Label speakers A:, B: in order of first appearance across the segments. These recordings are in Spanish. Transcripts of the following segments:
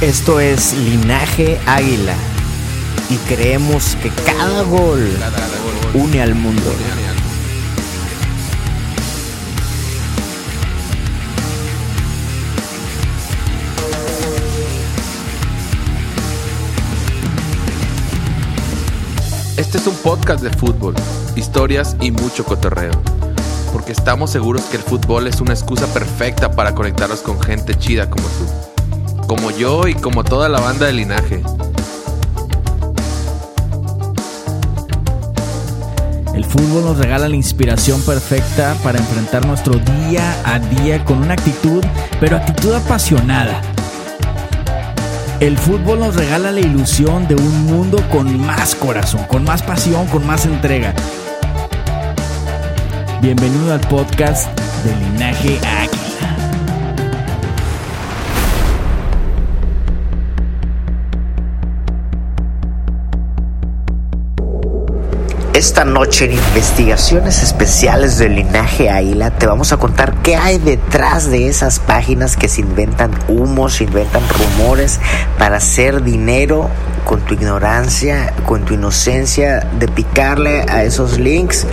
A: Esto es Linaje Águila y creemos que cada gol une al mundo.
B: Este es un podcast de fútbol, historias y mucho cotorreo. Porque estamos seguros que el fútbol es una excusa perfecta para conectarnos con gente chida como tú. Como yo y como toda la banda de linaje.
A: El fútbol nos regala la inspiración perfecta para enfrentar nuestro día a día con una actitud, pero actitud apasionada. El fútbol nos regala la ilusión de un mundo con más corazón, con más pasión, con más entrega. Bienvenido al podcast de Linaje Águila.
C: Esta noche en investigaciones especiales del linaje Águila te vamos a contar qué hay detrás de esas páginas que se inventan humos, se inventan rumores para hacer dinero con tu ignorancia, con tu inocencia de picarle a esos links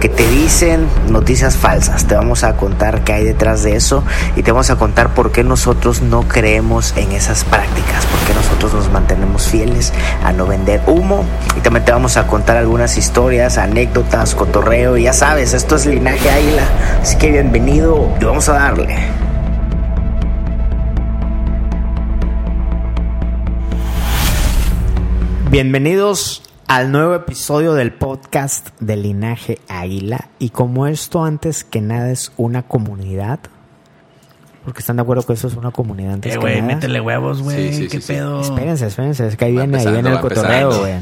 C: que te dicen noticias falsas. Te vamos a contar qué hay detrás de eso y te vamos a contar por qué nosotros no creemos en esas prácticas, por qué nosotros nos mantenemos fieles a no vender humo y también te vamos a contar algunas historias, anécdotas, cotorreo, y ya sabes, esto es Linaje Águila, así que bienvenido y vamos a darle.
A: Bienvenidos al nuevo episodio del podcast de Linaje Águila. Y como esto antes que nada es una comunidad, porque están de acuerdo que esto es una comunidad antes
D: Eh,
A: que
D: güey,
A: nada.
D: métele huevos, güey.
B: Sí, sí,
D: ¿Qué
B: sí, sí.
D: pedo?
A: Espérense, espérense, es que ahí
B: Va
A: viene, ahí
B: empezando,
A: viene el
B: va empezando.
A: cotorreo, güey.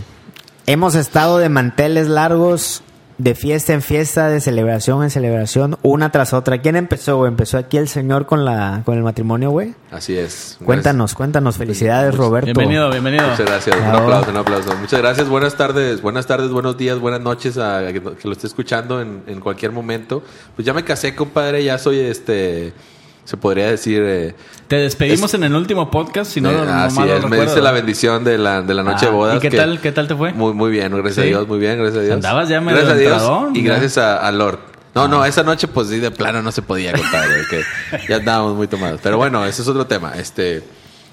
A: Hemos estado de manteles largos, de fiesta en fiesta, de celebración en celebración, una tras otra. ¿Quién empezó, güey? Empezó aquí el señor con la con el matrimonio, güey.
B: Así es.
A: Cuéntanos, cuéntanos. Felicidades, Roberto.
D: Bienvenido, bienvenido.
B: Muchas gracias. Un
A: Bravo.
B: aplauso, un aplauso. Muchas gracias. Buenas tardes, buenas tardes, buenos días, buenas noches a que que lo esté escuchando en, en cualquier momento. Pues ya me casé, compadre. Ya soy este. Se podría decir. eh,
D: Te despedimos en el último podcast, si no,
B: eh,
D: no
B: así
D: mal lo
B: es. Me
D: recuerdo.
B: dice la bendición de la, de la noche
D: Ah,
B: de bodas.
D: ¿y qué tal- qué tal te fue?
B: Muy, muy bien, gracias a
D: Sí.
B: Dios, muy bien, gracias a Dios.
D: Andabas ya medio
B: Gracias a Dios
D: entradón,
B: y
D: ya. Ah.
B: gracias a, a Lord. No, no, esa noche pues sí, de plano no se podía, compadre, que ya andábamos muy tomados. Pero bueno, ese es otro tema. Este,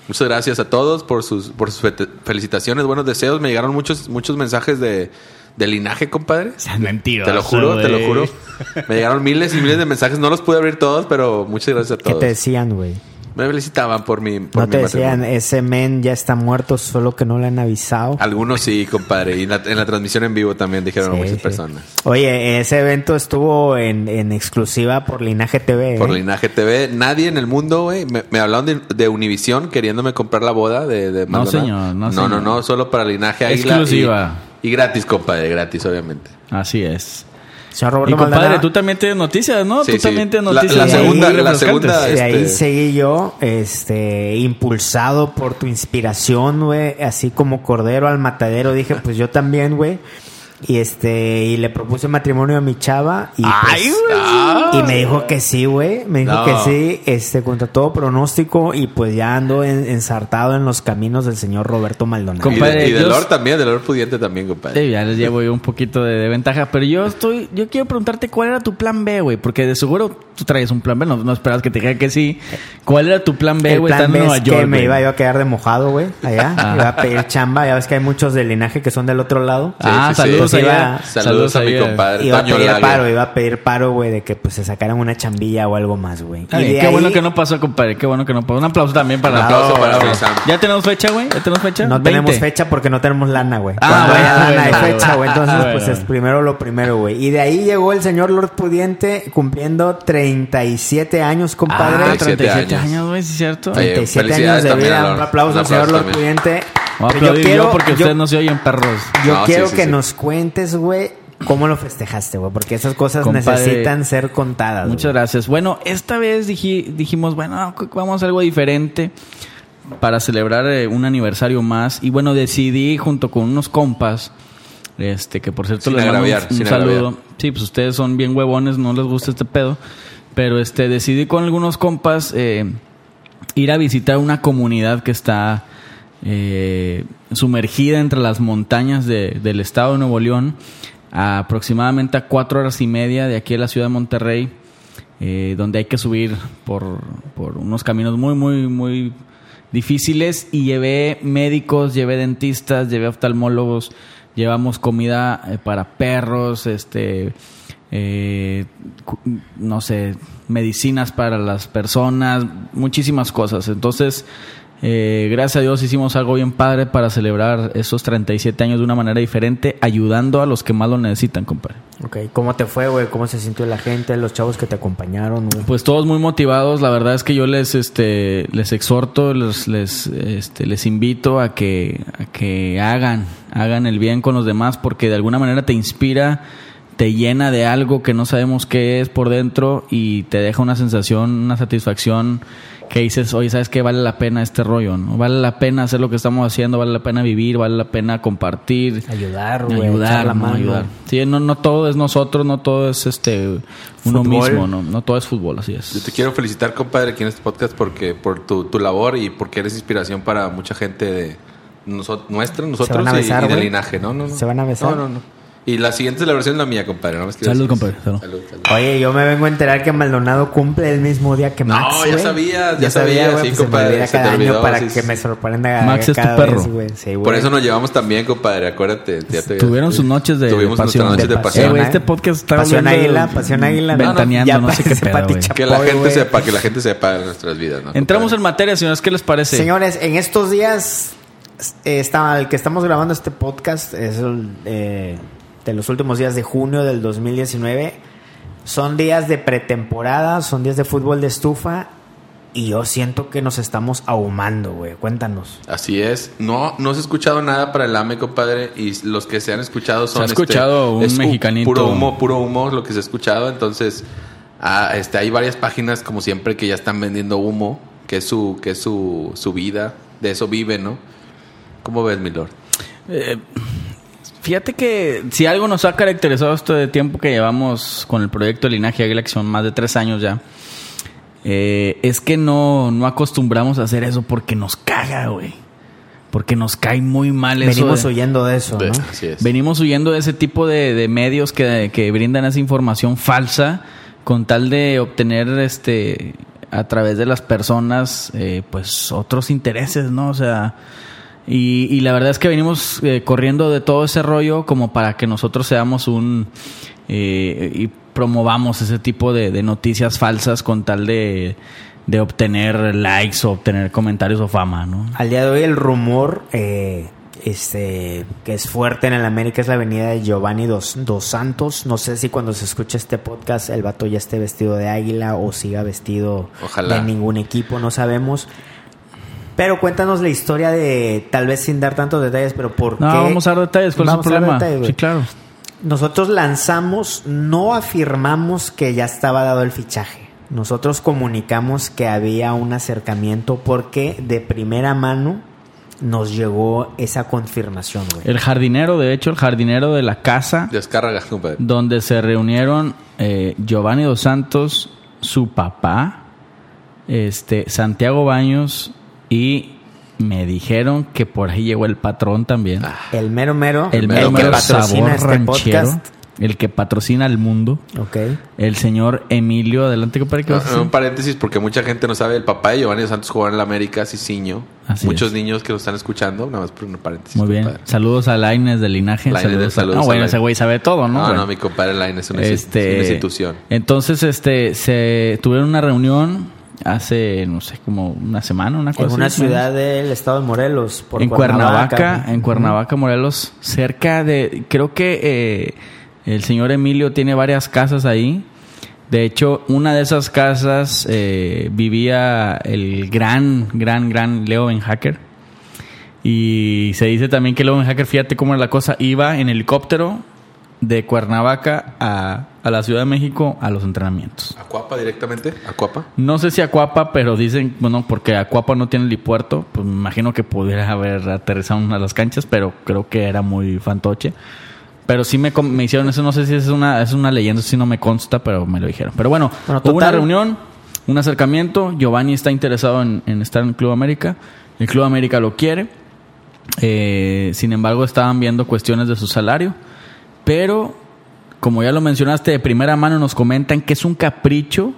B: muchas gracias a todos por sus, por sus fe- felicitaciones, buenos deseos. Me llegaron muchos, muchos mensajes de, de linaje, compadre.
D: Seas mentiroso,
B: Te lo juro, te lo
D: güey.
B: juro. Me llegaron miles y miles de mensajes. No los pude abrir todos, pero muchas gracias a
A: ¿Qué
B: todos.
A: te decían, güey?
B: Me felicitaban por mi, por
A: No
B: mi
A: te decían,
B: matrimonio.
A: ese men ya está muerto, solo que no le han avisado.
B: Algunos sí, compadre. Y en la, en la transmisión en vivo también dijeron
A: Sí,
B: muchas
A: sí.
B: personas.
A: Oye, ese evento estuvo en, en exclusiva por Linaje TV.
B: Por
A: ¿eh?
B: Linaje TV, nadie en el mundo, güey. Me, me hablaron de, de Univisión queriéndome comprar la boda de, de Maldonado.
D: señor, no,
B: no,
D: señor.
B: no, no, solo para Linaje Águila.
D: Exclusiva.
B: Y, y gratis, compadre, gratis, obviamente.
D: Así es.
A: Señor
D: Y
A: Roberto
D: compadre,
A: Maldonado.
D: tú también tienes noticias, ¿no?
B: Sí,
D: tú
B: sí.
D: también tienes
B: La-
D: noticias.
B: la
D: muy
B: segunda- la
D: refrescantes.
B: segunda-
A: De ahí
B: este-
A: seguí yo, este, impulsado por tu inspiración, güey, así como cordero al matadero, dije,
B: Ah.
A: pues yo también, güey. Y este, y le propuse matrimonio a mi chava y, pues,
B: Ah.
A: y me dijo que sí, güey, me dijo
B: No.
A: que sí, este, contra todo pronóstico y pues ya ando en- ensartado en los caminos del señor Roberto Maldonado.
B: Y de-
D: Compadre,
B: y de,
D: Dios-
B: Lord también, de Lord Pudiente también, compadre.
D: Sí, ya les llevo yo un poquito de, de ventaja, pero yo estoy, yo quiero preguntarte cuál era tu plan B, güey, porque de seguro tú traes un plan B, no, no esperabas que te diga que sí. ¿Cuál era tu plan B,
A: El
D: güey?
A: plan
D: Estando
A: B
D: en Nueva
A: es que
D: York.
A: me
D: güey?
A: iba yo a quedar de mojado, güey, allá.
D: Ah.
A: Iba a pedir chamba. Ya ves que hay muchos del linaje que son del otro lado.
B: Sí,
D: ah,
B: sí, sí.
D: saludos Saludos allá.
B: Saludos, a mi
D: allá.
B: compadre.
A: Iba a
B: Toño
A: pedir
B: Lague.
A: paro, iba a pedir paro, güey, de que pues se sacaran una chambilla o algo más, güey.
D: Está bien,
A: de
D: Qué
A: ahí-
D: bueno que no pasó, compadre. Qué bueno que no pasó. Un aplauso también para
B: Un aplauso para
D: Bravo.
B: Frisam.
D: ¿Ya tenemos fecha, güey? ¿Ya tenemos fecha?
A: No
D: 20.
A: tenemos fecha porque no tenemos lana, güey.
D: Ah,
A: Cuando
D: bueno,
A: haya lana hay
D: bueno,
A: fecha, güey.
D: bueno.
A: Entonces,
D: Ah,
A: pues
D: bueno.
A: es primero lo primero, güey. Y de ahí llegó el señor Lord Pudiente cumpliendo 37 años, compadre.
D: Ah,
B: 37
D: 37
B: años.
D: años, güey, sí, es cierto.
B: Ahí.
A: 37 años
B: felicidades
A: de
B: también,
A: vida.
B: Lord.
A: Un aplauso
B: Un
A: al señor
B: aplauso
A: Lord
B: también.
A: Pudiente.
D: Voy a
A: Pero
D: aplaudir yo, porque
A: yo-
D: ustedes no se oyen perros.
A: Yo
B: No, sí,
A: quiero
B: sí,
A: que
B: sí.
A: nos cuentes, güey, cómo lo festejaste, güey, porque esas cosas
D: Compadre,
A: necesitan ser contadas.
D: Muchas
A: güey.
D: gracias. Bueno, esta vez diji- dijimos, bueno, cu- vamos a hacer algo diferente para celebrar eh, un aniversario más. Y bueno, decidí junto con unos compas, este, que por cierto
B: Sin
D: les mando un-
B: agraviar,
D: un,
B: sin
D: saludo.
B: agraviar.
D: Sí, pues ustedes son bien huevones, no les gusta este pedo. Pero este, decidí con algunos compas eh, ir a visitar una comunidad que está eh, sumergida entre las montañas de- del estado de Nuevo León, a aproximadamente a cuatro horas y media de aquí a la ciudad de Monterrey, eh, donde hay que subir por, por unos caminos muy, muy, muy difíciles. Y llevé médicos, llevé dentistas, llevé oftalmólogos, llevamos comida eh, para perros, este eh, cu- no sé, medicinas para las personas, muchísimas cosas. Entonces, eh, gracias a Dios hicimos algo bien padre para celebrar esos 37 años de una manera diferente, ayudando a los que más lo necesitan, compadre.
A: Ok, ¿cómo te fue, güey? ¿Cómo se sintió la gente, los chavos que te acompañaron, güey?
D: Pues todos muy motivados, la verdad es que yo les este les exhorto, les les este, les invito a que a que hagan, hagan el bien con los demás porque de alguna manera te inspira, te llena de algo que no sabemos qué es por dentro y te deja una sensación, una satisfacción que dices, "Oye, ¿sabes qué? Vale la pena este rollo, ¿no? Vale la pena hacer lo que estamos haciendo, vale la pena vivir, vale la pena compartir."
A: Ayudar, güey. echar
D: Pues, ayudar,
A: la
D: ¿no?
A: mano.
D: ayudar. Sí, no, no todo es nosotros, no todo es este uno
A: Fútbol.
D: mismo, no, no todo es fútbol, así
B: Yo te
D: es.
B: quiero felicitar, compadre, aquí en este podcast porque por tu, tu labor y porque eres inspiración para mucha gente de noso- nuestra, nosotros
A: van a
B: y-
A: besar,
B: y, del
A: güey.
B: linaje, ¿no? No, no.
A: Se van a besar.
B: No, no, no. Y la siguiente celebración es la mía, compadre. No más quiero
D: Salud,
B: decir eso.
D: compadre, salud.
B: Salud, salud.
A: Oye, yo me vengo a enterar que Maldonado cumple el mismo día que
B: No,
A: Max.
B: ya
A: güey.
B: sabías, ya sabías,
A: güey, pues
B: sí,
A: se me
B: compadre,
A: olvida
B: se te
A: cada año
B: olvidó,
A: para
B: sí,
A: que
B: sí.
A: me sorprenda.
D: Max es tu
A: cada
D: perro.
A: vez, güey. Sí,
B: Por
A: güey.
B: eso nos llevamos también, compadre. Acuérdate. ya te-
D: Tuvieron sus noches de
B: Tuvimos
D: pasión.
B: nuestras noches de
A: De
D: Eh,
B: pasión.
D: güey, este podcast está
A: Pasión
D: volviendo
A: Águila, Pasión Águila, no, no,
D: Ventaneando,
A: ya
D: no, sé qué
A: parece
D: pedo,
A: Pati
D: güey.
A: Chapoy.
B: que la
A: Apoy,
B: gente
A: güey.
B: sepa, que la gente sepa de nuestras vidas, ¿no?
D: Entramos
B: compadre?
D: en materia, señores, ¿qué les parece?
A: Señores, en estos días, eh, está, el que estamos grabando este podcast es el, eh, de los últimos días de junio del 2019. Son días de pretemporada, son días de fútbol de estufa y yo siento que nos estamos ahumando, güey. Cuéntanos.
B: Así es. No, no se ha escuchado nada para el AME, compadre. Y los que se han escuchado son. este,
D: ha escuchado un
B: hu-
D: mexicanito.
B: Puro humo, puro humo, lo que se ha escuchado. Entonces, ah, este, hay varias páginas, como siempre, que ya están vendiendo humo, que es su, que es su, su vida. De eso vive, ¿no? ¿Cómo ves, mi lord?
D: Eh, Fíjate que si algo nos ha caracterizado esto de tiempo que llevamos con el proyecto de Linaje Águila, que son más de tres años ya, eh, es que no, no acostumbramos a hacer eso porque nos caga, güey. Porque nos cae muy mal eso.
A: Venimos
D: de-
A: huyendo de eso, ¿no?
B: Así es.
D: Venimos huyendo de ese tipo de, de medios que, que brindan esa información falsa con tal de obtener este a través de las personas eh, pues otros intereses, ¿no? O sea, y, y la verdad es que venimos eh, corriendo de todo ese rollo como para que nosotros seamos un... eh, y promovamos ese tipo de, de noticias falsas con tal de, de obtener likes o obtener comentarios o fama, ¿no?
A: Al día de hoy el rumor eh, este, que es fuerte en el América es la venida de Giovanni dos, dos Santos. No sé si cuando se escuche este podcast el vato ya esté vestido de águila o siga vestido
B: Ojalá.
A: de ningún equipo, no sabemos. Pero cuéntanos la historia de, tal vez sin dar tantos detalles, pero por
D: No,
A: qué...
D: vamos a dar detalles, ¿cuál
A: Vamos
D: es
A: a dar
D: el problema?
A: pues, detalles, güey.
D: sí, claro.
A: Nosotros lanzamos, no afirmamos que ya estaba dado el fichaje. Nosotros comunicamos que había un acercamiento porque de primera mano nos llegó esa confirmación, güey.
D: El jardinero, de hecho, el jardinero de la casa
B: Descarga, compadre.
D: donde se reunieron eh, Giovanni Dos Santos, su papá, este, Santiago Baños y me dijeron que por ahí llegó el patrón también.
B: Ah,
A: El mero mero,
D: El
A: el,
D: mero
A: que
B: mero
A: patrocina
D: sabor
A: este
D: ranchero.
A: podcast,
D: el que patrocina al mundo,
A: Ok.
D: el señor Emilio. Adelante, compadre. ¿qué vas a
B: No,
D: hacer?
B: Ah, un paréntesis porque mucha gente no sabe. El papá de Giovanni Santos jugó en la América, Cicinho.
D: Así
B: Muchos
D: es.
B: niños que lo están escuchando, nada más por un paréntesis.
D: Muy bien.
B: compadre.
D: Saludos a Laines del linaje.
B: Lainez,
D: saludos. a-
B: saludos
D: no,
B: a
D: bueno,
B: Lainez.
D: ese güey sabe todo, ¿no?
B: No,
D: Bueno.
B: no, mi compadre Line es una, insti-
D: Este,
B: es una institución.
D: Entonces, este, se tuvieron una reunión hace, no sé, como una semana, una cosa.
A: En
D: así,
A: una
D: más o menos.
A: ciudad del estado de Morelos. por
D: Pues en Cuernavaca,
A: güey.
D: en Cuernavaca, Morelos, cerca de, creo que eh, el señor Emilio tiene varias casas ahí. De hecho, una de esas casas eh, vivía el gran, gran, gran Leo Ben Hacker. Y se dice también que Leo Ben Hacker, fíjate cómo era la cosa, iba en helicóptero de Cuernavaca a, a la Ciudad de México a los entrenamientos.
B: ¿A Cuapa directamente? ¿A Cuapa?
D: No sé si Acuapa, pero dicen, bueno, porque Acuapa no tiene helipuerto, pues me imagino que pudiera haber aterrizado en una de las canchas, pero creo que era muy fantoche. Pero sí me, com- me hicieron eso, no sé si es una, es una leyenda, si no me consta, pero me lo dijeron. Pero bueno,
A: Bueno,
D: hubo una
A: total.
D: reunión, un acercamiento, Giovanni está interesado en, en estar en el Club América, el Club América lo quiere, Eh, sin embargo estaban viendo cuestiones de su salario, pero como ya lo mencionaste de primera mano nos comentan que es un capricho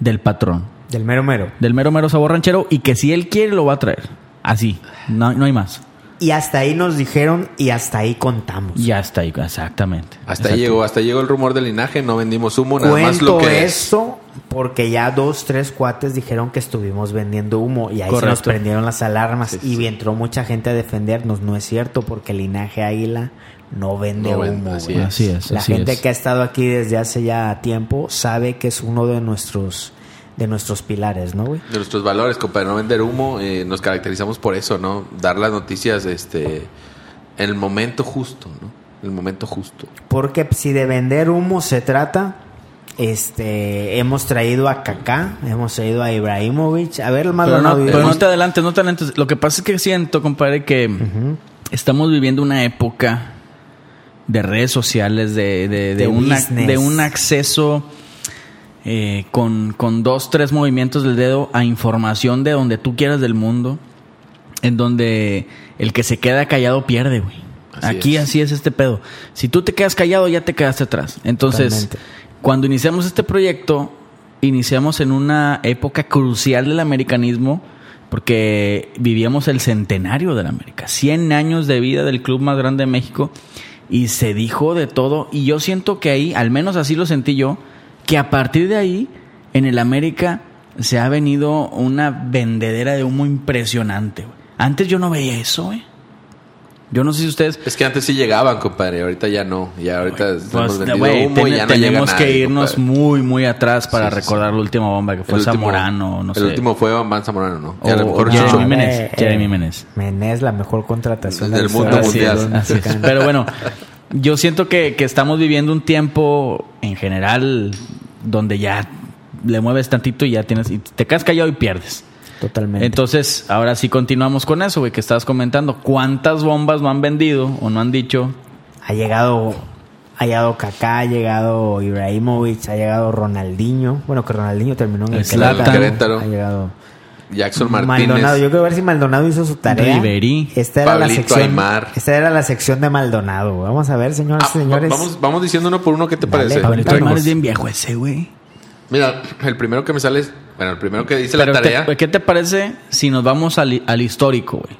D: del patrón,
A: Del mero mero.
D: del mero mero sabor ranchero y que si él quiere lo va a traer. Así, no, no hay más.
A: Y hasta ahí nos dijeron y hasta ahí contamos.
D: Ya está ahí, exactamente.
B: Pues Hasta
D: Exacto.
B: ahí llegó, hasta ahí llegó el rumor del linaje, no vendimos humo, nada más
A: Cuento
B: lo que es.
A: esto porque ya dos, tres cuates dijeron que estuvimos vendiendo humo y ahí se nos
D: Correcto.
A: prendieron las alarmas y entró mucha gente a defendernos. No es cierto porque el linaje águila no vende
B: No vende,
A: humo.
B: así
A: güey.
B: es.
D: Así es,
A: La
D: así
A: gente
D: es.
A: que ha estado aquí desde hace ya tiempo sabe que es uno de nuestros de nuestros pilares, ¿no, güey?
B: De nuestros valores, compadre, no vender humo, eh, nos caracterizamos por eso, ¿no? Dar las noticias este, en el momento justo, ¿no? En el momento justo.
A: Porque si de vender humo se trata, este, hemos traído a Kaká, hemos traído a Ibrahimovic. A ver,
D: Pero no,
A: Maldonado.
D: pero
A: dinos-
D: no te adelantes, no te adelantes. Lo que pasa es que siento, compadre, que estamos viviendo una época de redes sociales, de, de, de
A: De
D: un, ac-
A: business.
D: de un acceso eh, con, con dos, tres movimientos del dedo a información de donde tú quieras del mundo, en donde el que se queda callado pierde, güey.
B: Así
D: Aquí
B: es.
D: así es este pedo. Si tú te quedas callado, ya te quedaste atrás. Entonces,
A: Totalmente.
D: cuando iniciamos este proyecto, iniciamos en una época crucial del americanismo, porque vivíamos el centenario del América, 100 años de vida del club más grande de México, y se dijo de todo, y yo siento que ahí, al menos así lo sentí yo, que a partir de ahí, en el América se ha venido una vendedera de humo impresionante. güey. Antes yo no veía eso, güey. Yo no sé si ustedes...
B: Es que antes sí llegaban, compadre, ahorita ya no. Ya ahorita hemos
D: Pues,
B: vendido
D: güey,
B: humo y
D: ten-
B: ya no llega
D: tenemos que
B: nadie,
D: irnos
B: compadre.
D: muy, muy atrás para
B: Sí, sí,
D: recordar la última bomba que fue
B: último-
D: Zamorano, no
B: el
D: sé.
B: último fue Van Zamorano, ¿no? Y a lo
D: O-
B: mejor
D: o
B: Chucho.
D: Jeremy Menez, Jeremy Menez.
A: Menez, eh, la mejor contratación
B: Del
A: la
B: mundo
A: historia
D: Así
B: mundial.
D: Ah,
A: fútbol
D: es, así es.
A: mexicano.
D: Pero bueno, yo siento que, que estamos viviendo un tiempo en general donde ya le mueves tantito y ya tienes, y te quedas callado y pierdes.
A: Totalmente.
D: Entonces, ahora sí continuamos con eso, güey, que estabas comentando. ¿Cuántas bombas no han vendido o no han dicho?
A: ha llegado ha llegado Kaká, ha llegado Ibrahimovic, ha llegado Ronaldinho. Bueno, que Ronaldinho terminó en el
D: Zlatan.
A: Querétaro.
B: Querétaro.
A: Ha llegado
B: Jackson Martínez.
A: Maldonado. Yo quiero ver si Maldonado hizo su tarea.
D: Ribery.
A: Esta era la
B: Pablito
A: sección.
B: Aimar.
A: Esta era la sección de Maldonado. Vamos a ver, señores,
B: Ah, va-
A: señores.
B: Vamos, vamos diciendo uno por uno, ¿qué te
A: Dale,
B: parece?
A: Pablito
D: Pablito Aymar
A: Aymar.
D: es bien viejo ese, güey.
B: Mira, el primero que me sale es. Bueno, el primero que dice la
D: Pero te-
B: tarea
D: ¿Qué te parece si nos vamos al, al histórico, güey?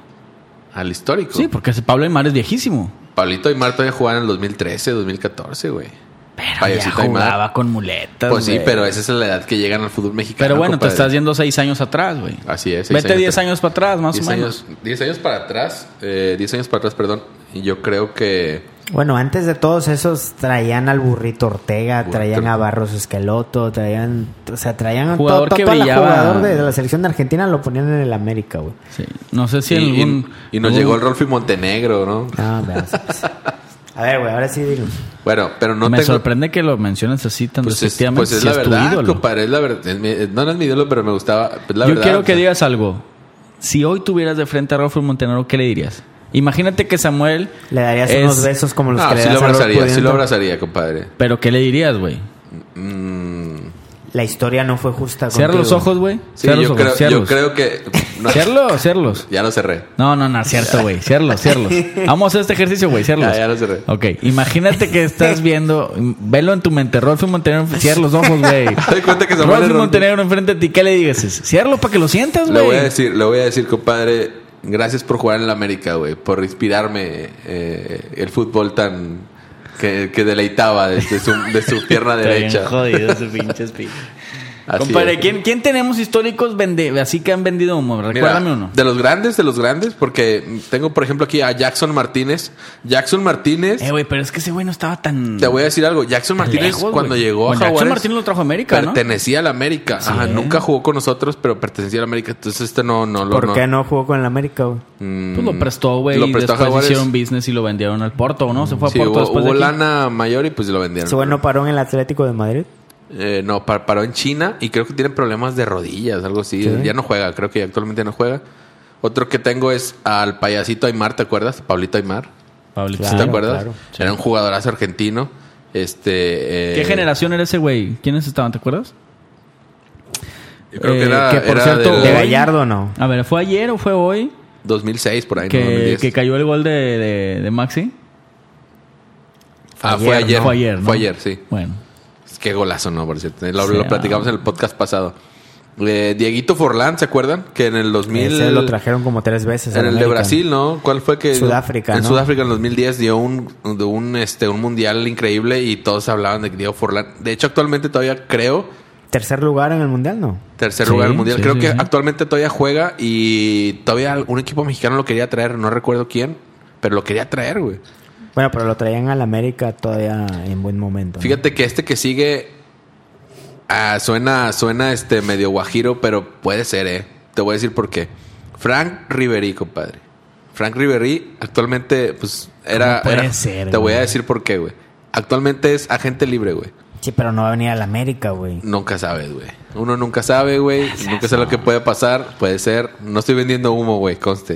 B: al histórico.
D: Sí, porque ese Pablo Aymar es viejísimo.
B: Pablito Aymar todavía jugaban en el 2013, 2014, güey.
D: Pero
B: Payasito
D: ya
B: Aymar.
D: jugaba con muletas,
B: Pues sí,
D: güey.
B: pero esa es la edad que llegan al fútbol mexicano.
D: Pero bueno, te
B: compadre.
D: estás yendo seis años atrás, güey.
B: Así es. seis
D: Vete 10
B: atrás.
D: años para atrás, más o
B: 10
D: menos.
B: años, 10 años para atrás, eh, 10 años para atrás, perdón. Y yo creo que
A: Bueno, antes de todos esos traían al burrito Ortega,
B: Burrito
A: traían a
B: Ortega.
A: Barros Esqueloto, traían, o sea, traían a
D: Jugador
A: todo,
D: que
A: todo el
D: brillaba.
A: jugador de, de la selección de Argentina lo ponían en el América, güey.
D: Sí. No sé si
B: y, y-
D: algún...
B: y nos
D: algún-
B: llegó el Rolfi Montenegro, ¿no?
A: No, me vas a pasar. A ver, güey, ahora sí digo.
B: Bueno, pero no
D: Me
B: tengo
D: sorprende que lo menciones así tan
B: pues es,
D: despectivamente.
B: pues es
D: si
B: la
D: es tu
B: verdad,
D: ídolo.
B: compadre, es la verdad. es mi- eh, No, no es mi ídolo, pero me gustaba. pues, la
D: Yo
B: verdad,
D: quiero que
B: o sea,
D: digas algo. Si hoy tuvieras de frente a Rolfo Montenegro, ¿qué le dirías? Imagínate que Samuel...
A: Le darías
D: es-
A: unos besos como los
B: No,
A: que le
B: Ah, sí lo
A: das a Raúl
B: abrazaría, sí
A: Pudiente.
B: lo abrazaría, compadre.
D: Pero ¿qué le dirías, güey?
B: Mm,
A: la historia no fue justa.
D: Cierra los
A: contigo.
D: ojos, güey.
B: Sí,
D: Cierra los
B: yo,
D: ojos.
B: creo, yo
D: ciérralos.
B: creo que. no,
D: Ciérralos, ciérralos.
B: ya lo cerré.
D: No, no, no, cierto, güey. Cierlos, cierlos. Vamos a hacer este ejercicio, güey. Cierlos.
B: Ya, ya lo cerré.
D: Ok, imagínate que estás viendo, velo en tu mente, Rolfi Montenegro, cierra los ojos, güey.
B: Te das cuenta que se pone
D: Rolfi
B: rojo.
D: Montenegro enfrente de ti, ¿qué le dices? Ciérralo para que lo sientas,
B: Le voy a
D: Pues, güey.
B: decir, le voy a decir, compadre, gracias por jugar en la América, güey, por inspirarme eh, el fútbol tan que, que deleitaba desde su, de su pierna
D: Está bien
B: derecha.
D: jodido ese pinche espíritu.
B: Así
D: Compadre,
B: es.
D: ¿quién, ¿quién tenemos históricos vende, así que han vendido humo?
B: Mira,
D: Recuérdame uno.
B: De los grandes, de los grandes, porque tengo, por ejemplo, aquí a Jackson Martínez. Jackson Martínez,
D: Eh, güey, pero es que ese güey no estaba tan.
B: te voy a decir algo. Jackson Martínez,
D: lejos,
B: cuando
D: güey.
B: llegó a
D: Bueno, Jackson
B: Jaguares,
D: Martínez lo trajo a América, ¿no?
B: Pertenecía a la América. Ajá, nunca jugó con nosotros, pero pertenecía a la América. Entonces, este no, no lo.
A: ¿Por qué no jugó con la América, güey?
D: Pues lo prestó, güey.
B: Mm, Lo
D: Y
B: prestó a
D: después
B: Jaguares.
D: hicieron business y lo vendieron al Porto, ¿no? Se fue a
B: Sí,
D: Porto
B: hubo,
D: después
B: hubo
D: de. aquí.
B: lana mayor y pues lo vendieron.
A: Ese güey no paró en el Atlético de Madrid.
B: Eh, no, par- paró en China y creo que tiene problemas de rodillas, algo así. Ya no juega, creo que actualmente no juega. Otro que tengo es al payasito Aymar, ¿te acuerdas? Pablito Aymar,
D: Pablito,
B: ¿sí ¿te
A: Claro,
B: acuerdas?
A: claro.
B: Era un jugadorazo argentino. Este, eh,
D: ¿Qué generación era ese güey? ¿Quiénes estaban? ¿Te acuerdas?
B: Yo creo que
D: Eh,
B: era,
D: que por
B: era
D: cierto,
B: del
A: ¿De
D: Hoy-
A: Gallardo no?
D: A ver, ¿fue ayer o fue hoy
B: 2006, por ahí, no,
D: que,
B: 2010.
D: que cayó el gol de, de- de Maxi?
B: Ah, fue
A: ayer,
B: ayer.
A: ¿no?
D: Fue ayer, ¿no?
B: Fue ayer, sí.
D: Bueno.
B: Qué golazo, ¿no? Por cierto. Lo,
D: Sí,
B: lo platicamos en el podcast pasado. Eh, Dieguito Forlán, ¿se acuerdan? Que en el 2000...
A: Ese lo trajeron como tres veces. a
B: En
A: la
B: el de
A: América.
B: Brasil, ¿no? ¿Cuál fue que
A: Sudáfrica,
B: En
A: ¿no?
B: Sudáfrica en 2010 dio un, de un este un mundial increíble y todos hablaban de Diego Forlán. De hecho, actualmente todavía creo
A: Tercer lugar en el mundial, ¿no?
B: tercer
D: Sí,
B: lugar del mundial.
D: sí,
B: creo
D: sí,
B: que
D: sí.
B: actualmente todavía juega y todavía un equipo mexicano lo quería traer, no recuerdo quién, pero lo quería traer, güey.
A: Bueno, pero lo traían al América todavía en buen momento. ¿no?
B: Fíjate que este que sigue ah, suena suena este medio guajiro, pero puede ser, eh. Te voy a decir por qué. Frank Riverí, compadre. Frank Riverí actualmente pues era,
D: puede
B: era-
D: ser,
B: te voy a
D: güey?
B: decir por qué, güey. Actualmente es agente libre, güey.
A: Sí, pero no va a venir al América, güey.
B: Nunca sabes, güey. Uno nunca sabe, güey.
D: Ah,
B: Nunca sabe lo que puede pasar. Puede ser. No estoy vendiendo humo, güey. Conste.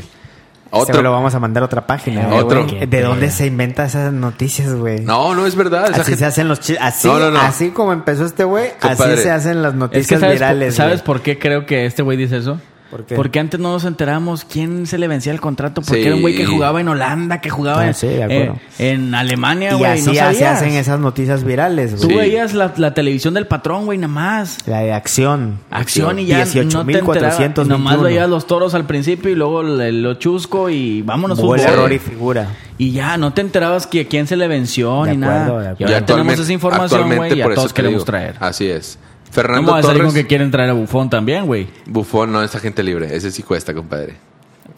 A: Otro. lo
B: Otro.
A: vamos a mandar a otra página. güey.
B: Otro.
A: ¿De dónde se inventa esas noticias, güey?
B: No, no es verdad. Es
A: Así
B: agente-
A: se hacen los chistes. Así,
B: No, no, no.
A: así como empezó este güey, así
B: Compadre.
A: se hacen las noticias
D: Es que sabes,
A: virales.
D: por, ¿sabes
A: güey.
D: por qué creo que este güey dice eso?
A: ¿Por qué?
D: Porque antes no nos enteramos quién se le vencía el contrato. Porque
B: Sí.
D: era un güey que jugaba en Holanda, que jugaba
A: Ah,
D: en-
A: sí, de acuerdo.
D: eh, en Alemania,
A: Y
D: güey.
A: así
D: no
A: se
D: sabías.
A: hacen esas noticias virales,
D: Tú
A: güey.
B: Sí.
D: veías la, la televisión del patrón, güey, nada más.
A: La de acción.
D: Acción y ya no te enterabas.
A: 18.421.
D: Nomás veías los toros al principio y luego el, el- lo chusco y vámonos
A: Hubo el
D: fútbol.
A: error y figura.
D: Y ya, no te enterabas que a quién se le venció
A: De
D: ni
A: acuerdo, de acuerdo.
D: nada. Y
B: Y
D: ahora tenemos
B: actualmente-
D: esa información,
B: actualmente,
D: güey, y a
B: por eso
D: todos
B: te
D: queremos
B: digo.
D: traer.
B: Así es.
D: No
B: Fernando
D: me va a salir
B: Torres.
D: con que quieren traer a Bufón también, güey.
B: Bufón no es agente libre. Ese sí cuesta, compadre.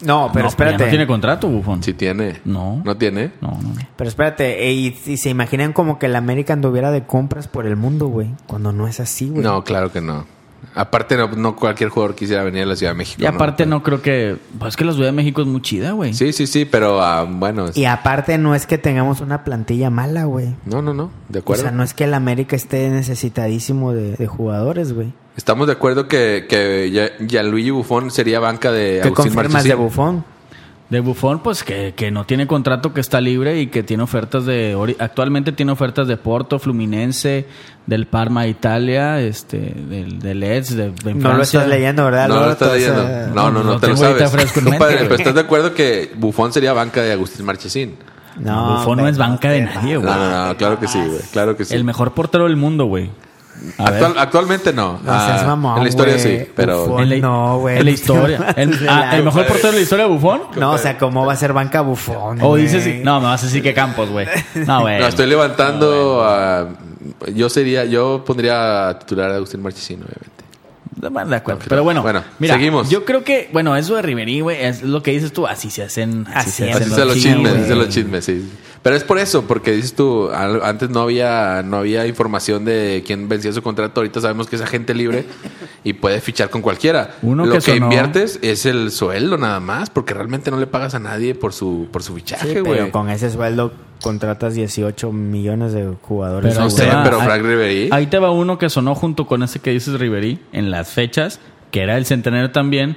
A: No, pero
D: No, pues, ya
A: espérate.
D: No tiene contrato, Bufón.
B: Sí tiene.
D: No.
B: ¿No tiene?
D: No, no.
A: Pero espérate, eh, y, y se imaginan como que la América anduviera de compras por el mundo, güey. Cuando no es así, güey.
B: No, claro que no. Aparte, no, no cualquier jugador quisiera venir a la Ciudad de México.
D: Y aparte no creo que... Pues es que la Ciudad de México es muy chida, güey.
B: Sí, sí, sí, pero ah, bueno. es-
A: Y aparte no es que tengamos una plantilla mala, güey.
B: No, no, no. De
A: O
B: acuerdo.
A: sea, no es que el América esté necesitadísimo de, de jugadores, güey.
B: Estamos de acuerdo que, que ya- Gianluigi Buffon sería banca de
A: ¿Qué
B: Agustín
A: confirmas de
B: Marchesín.
A: Bufón?
D: De Bufón, pues que, que no tiene contrato, que está libre y que tiene ofertas de... ori- Actualmente tiene ofertas de Porto, Fluminense, del Parma, Italia, este, del, del Eds, de,
A: No
D: de
A: lo
D: Francia.
A: estás leyendo, ¿verdad?
B: No,
A: Luego
B: lo estás
A: te vas
B: leyendo.
A: a-
B: No, no, no,
D: Lo
B: te lo
D: tengo ahorita
B: sabes.
D: fresco en mente,
B: Compadre,
D: güey.
B: pero estás de acuerdo que Buffon sería banca de Agustín Marchesín.
A: No,
D: Buffon no
A: hombre,
D: es banca de
A: te
D: nadie,
B: No,
D: güey.
B: no, no, claro que sí, güey. Claro que sí.
D: El mejor portero del mundo, güey. A
B: Actual-
D: ver.
B: actualmente no.
A: No seas
B: Ah,
A: mamón,
B: en la historia
A: güey.
B: sí, pero.
A: Buffon. No, güey.
D: En la historia. El, ah, ¿el mejor portero de la historia, Bufón.
A: No, o sea, ¿cómo va a ser banca Bufón?
D: O
A: güey?
D: dices... No, me vas a decir que Campos, güey. No, güey.
B: No, estoy levantando a- Yo sería... Yo pondría a titular a Agustín Marchesín, obviamente.
D: De acuerdo. Pero bueno,
B: Bueno,
D: mira,
B: seguimos.
D: yo creo que, bueno, eso de Riverí, güey, es lo que dices tú, así se hacen, así,
A: Así
D: se
A: es.
D: hacen
B: Así
A: lo
B: se los
A: sí,
B: chismes,
A: güey.
B: así se los chismes, sí. Pero es por eso, porque dices tú... al- Antes no había, no había información de quién vencía su contrato. Ahorita sabemos que es agente libre y puede fichar con cualquiera.
D: Uno
B: Lo
D: que
B: que,
D: sonó-
B: inviertes es el sueldo nada más, porque realmente no le pagas a nadie por su, por su
A: Sí,
B: fichaje,
A: pero
B: güey.
A: con ese sueldo contratas 18 millones de jugadores.
D: Pero
B: No
D: ahí
A: güey.
B: sé,
D: te va-
B: pero
D: ahí-
B: Frank Ribery.
D: Ahí te va uno que sonó junto con ese que dices Riverí en las fechas, que era el centenario también,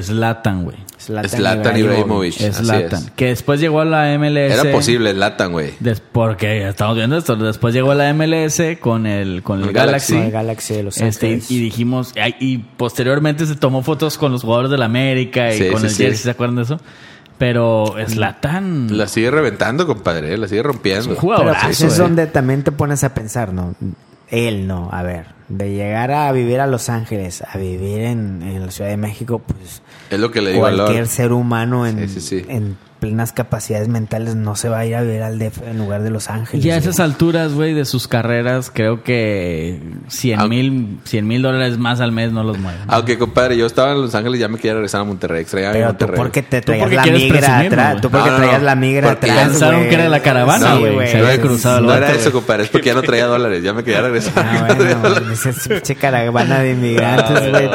D: Zlatan, güey.
B: Zlatan Ibrahimovic. así es.
D: Zlatan. Que después llegó a la MLS.
B: Era posible, Zlatan, güey.
D: Des- porque estamos viendo esto. Después llegó a la MLS con el, con el,
B: El Galaxy.
D: Galaxy.
A: Con el Galaxy de Los
D: Este, y
A: Ángeles.
D: y dijimos, ay, y posteriormente se tomó fotos con los jugadores de la América y
B: Sí,
D: con
B: sí,
D: el
B: sí.
D: Jersey, ¿se acuerdan de eso? Pero
A: Mm.
D: Zlatan
B: La sigue reventando, compadre. La sigue rompiendo.
A: Pero
D: jugadorazo,
A: pues, es
D: eh.
A: donde también te pones a pensar, ¿no? Él no, a ver, de llegar a vivir a Los Ángeles, a vivir en, en la Ciudad de México, pues
B: Es lo que le digo a Lord.
A: cualquier ser humano en,
B: Sí, sí, sí.
A: en plenas capacidades mentales no se va a ir a vivir al DF en lugar de Los Ángeles.
D: Y a
A: güey.
D: esas alturas, güey, de sus carreras, creo que 100 mil, 100 mil dólares más al mes no los mueven.
B: Aunque, Ah, compadre, yo estaba en Los Ángeles y ya me quería regresar a Monterrey. Extrañaba
A: Pero tú
B: Monterrey.
A: porque te
D: Tú porque
A: traías la
D: quieres
A: migra
D: presumirlo,
A: atrás.
D: güey.
A: Tú porque
B: No, no,
A: traías
B: no.
A: la migra
B: Porque
A: atrás.
D: pensaron
A: güey.
D: que era la caravana,
A: Sí,
D: güey. Se
B: no
D: había
B: era,
D: cruzado el
B: no era
D: vato,
B: eso, compadre. Es porque ya no traía dólares. Ya me quería regresar.
A: Ah, bueno, esa pinche caravana de inmigrantes, güey.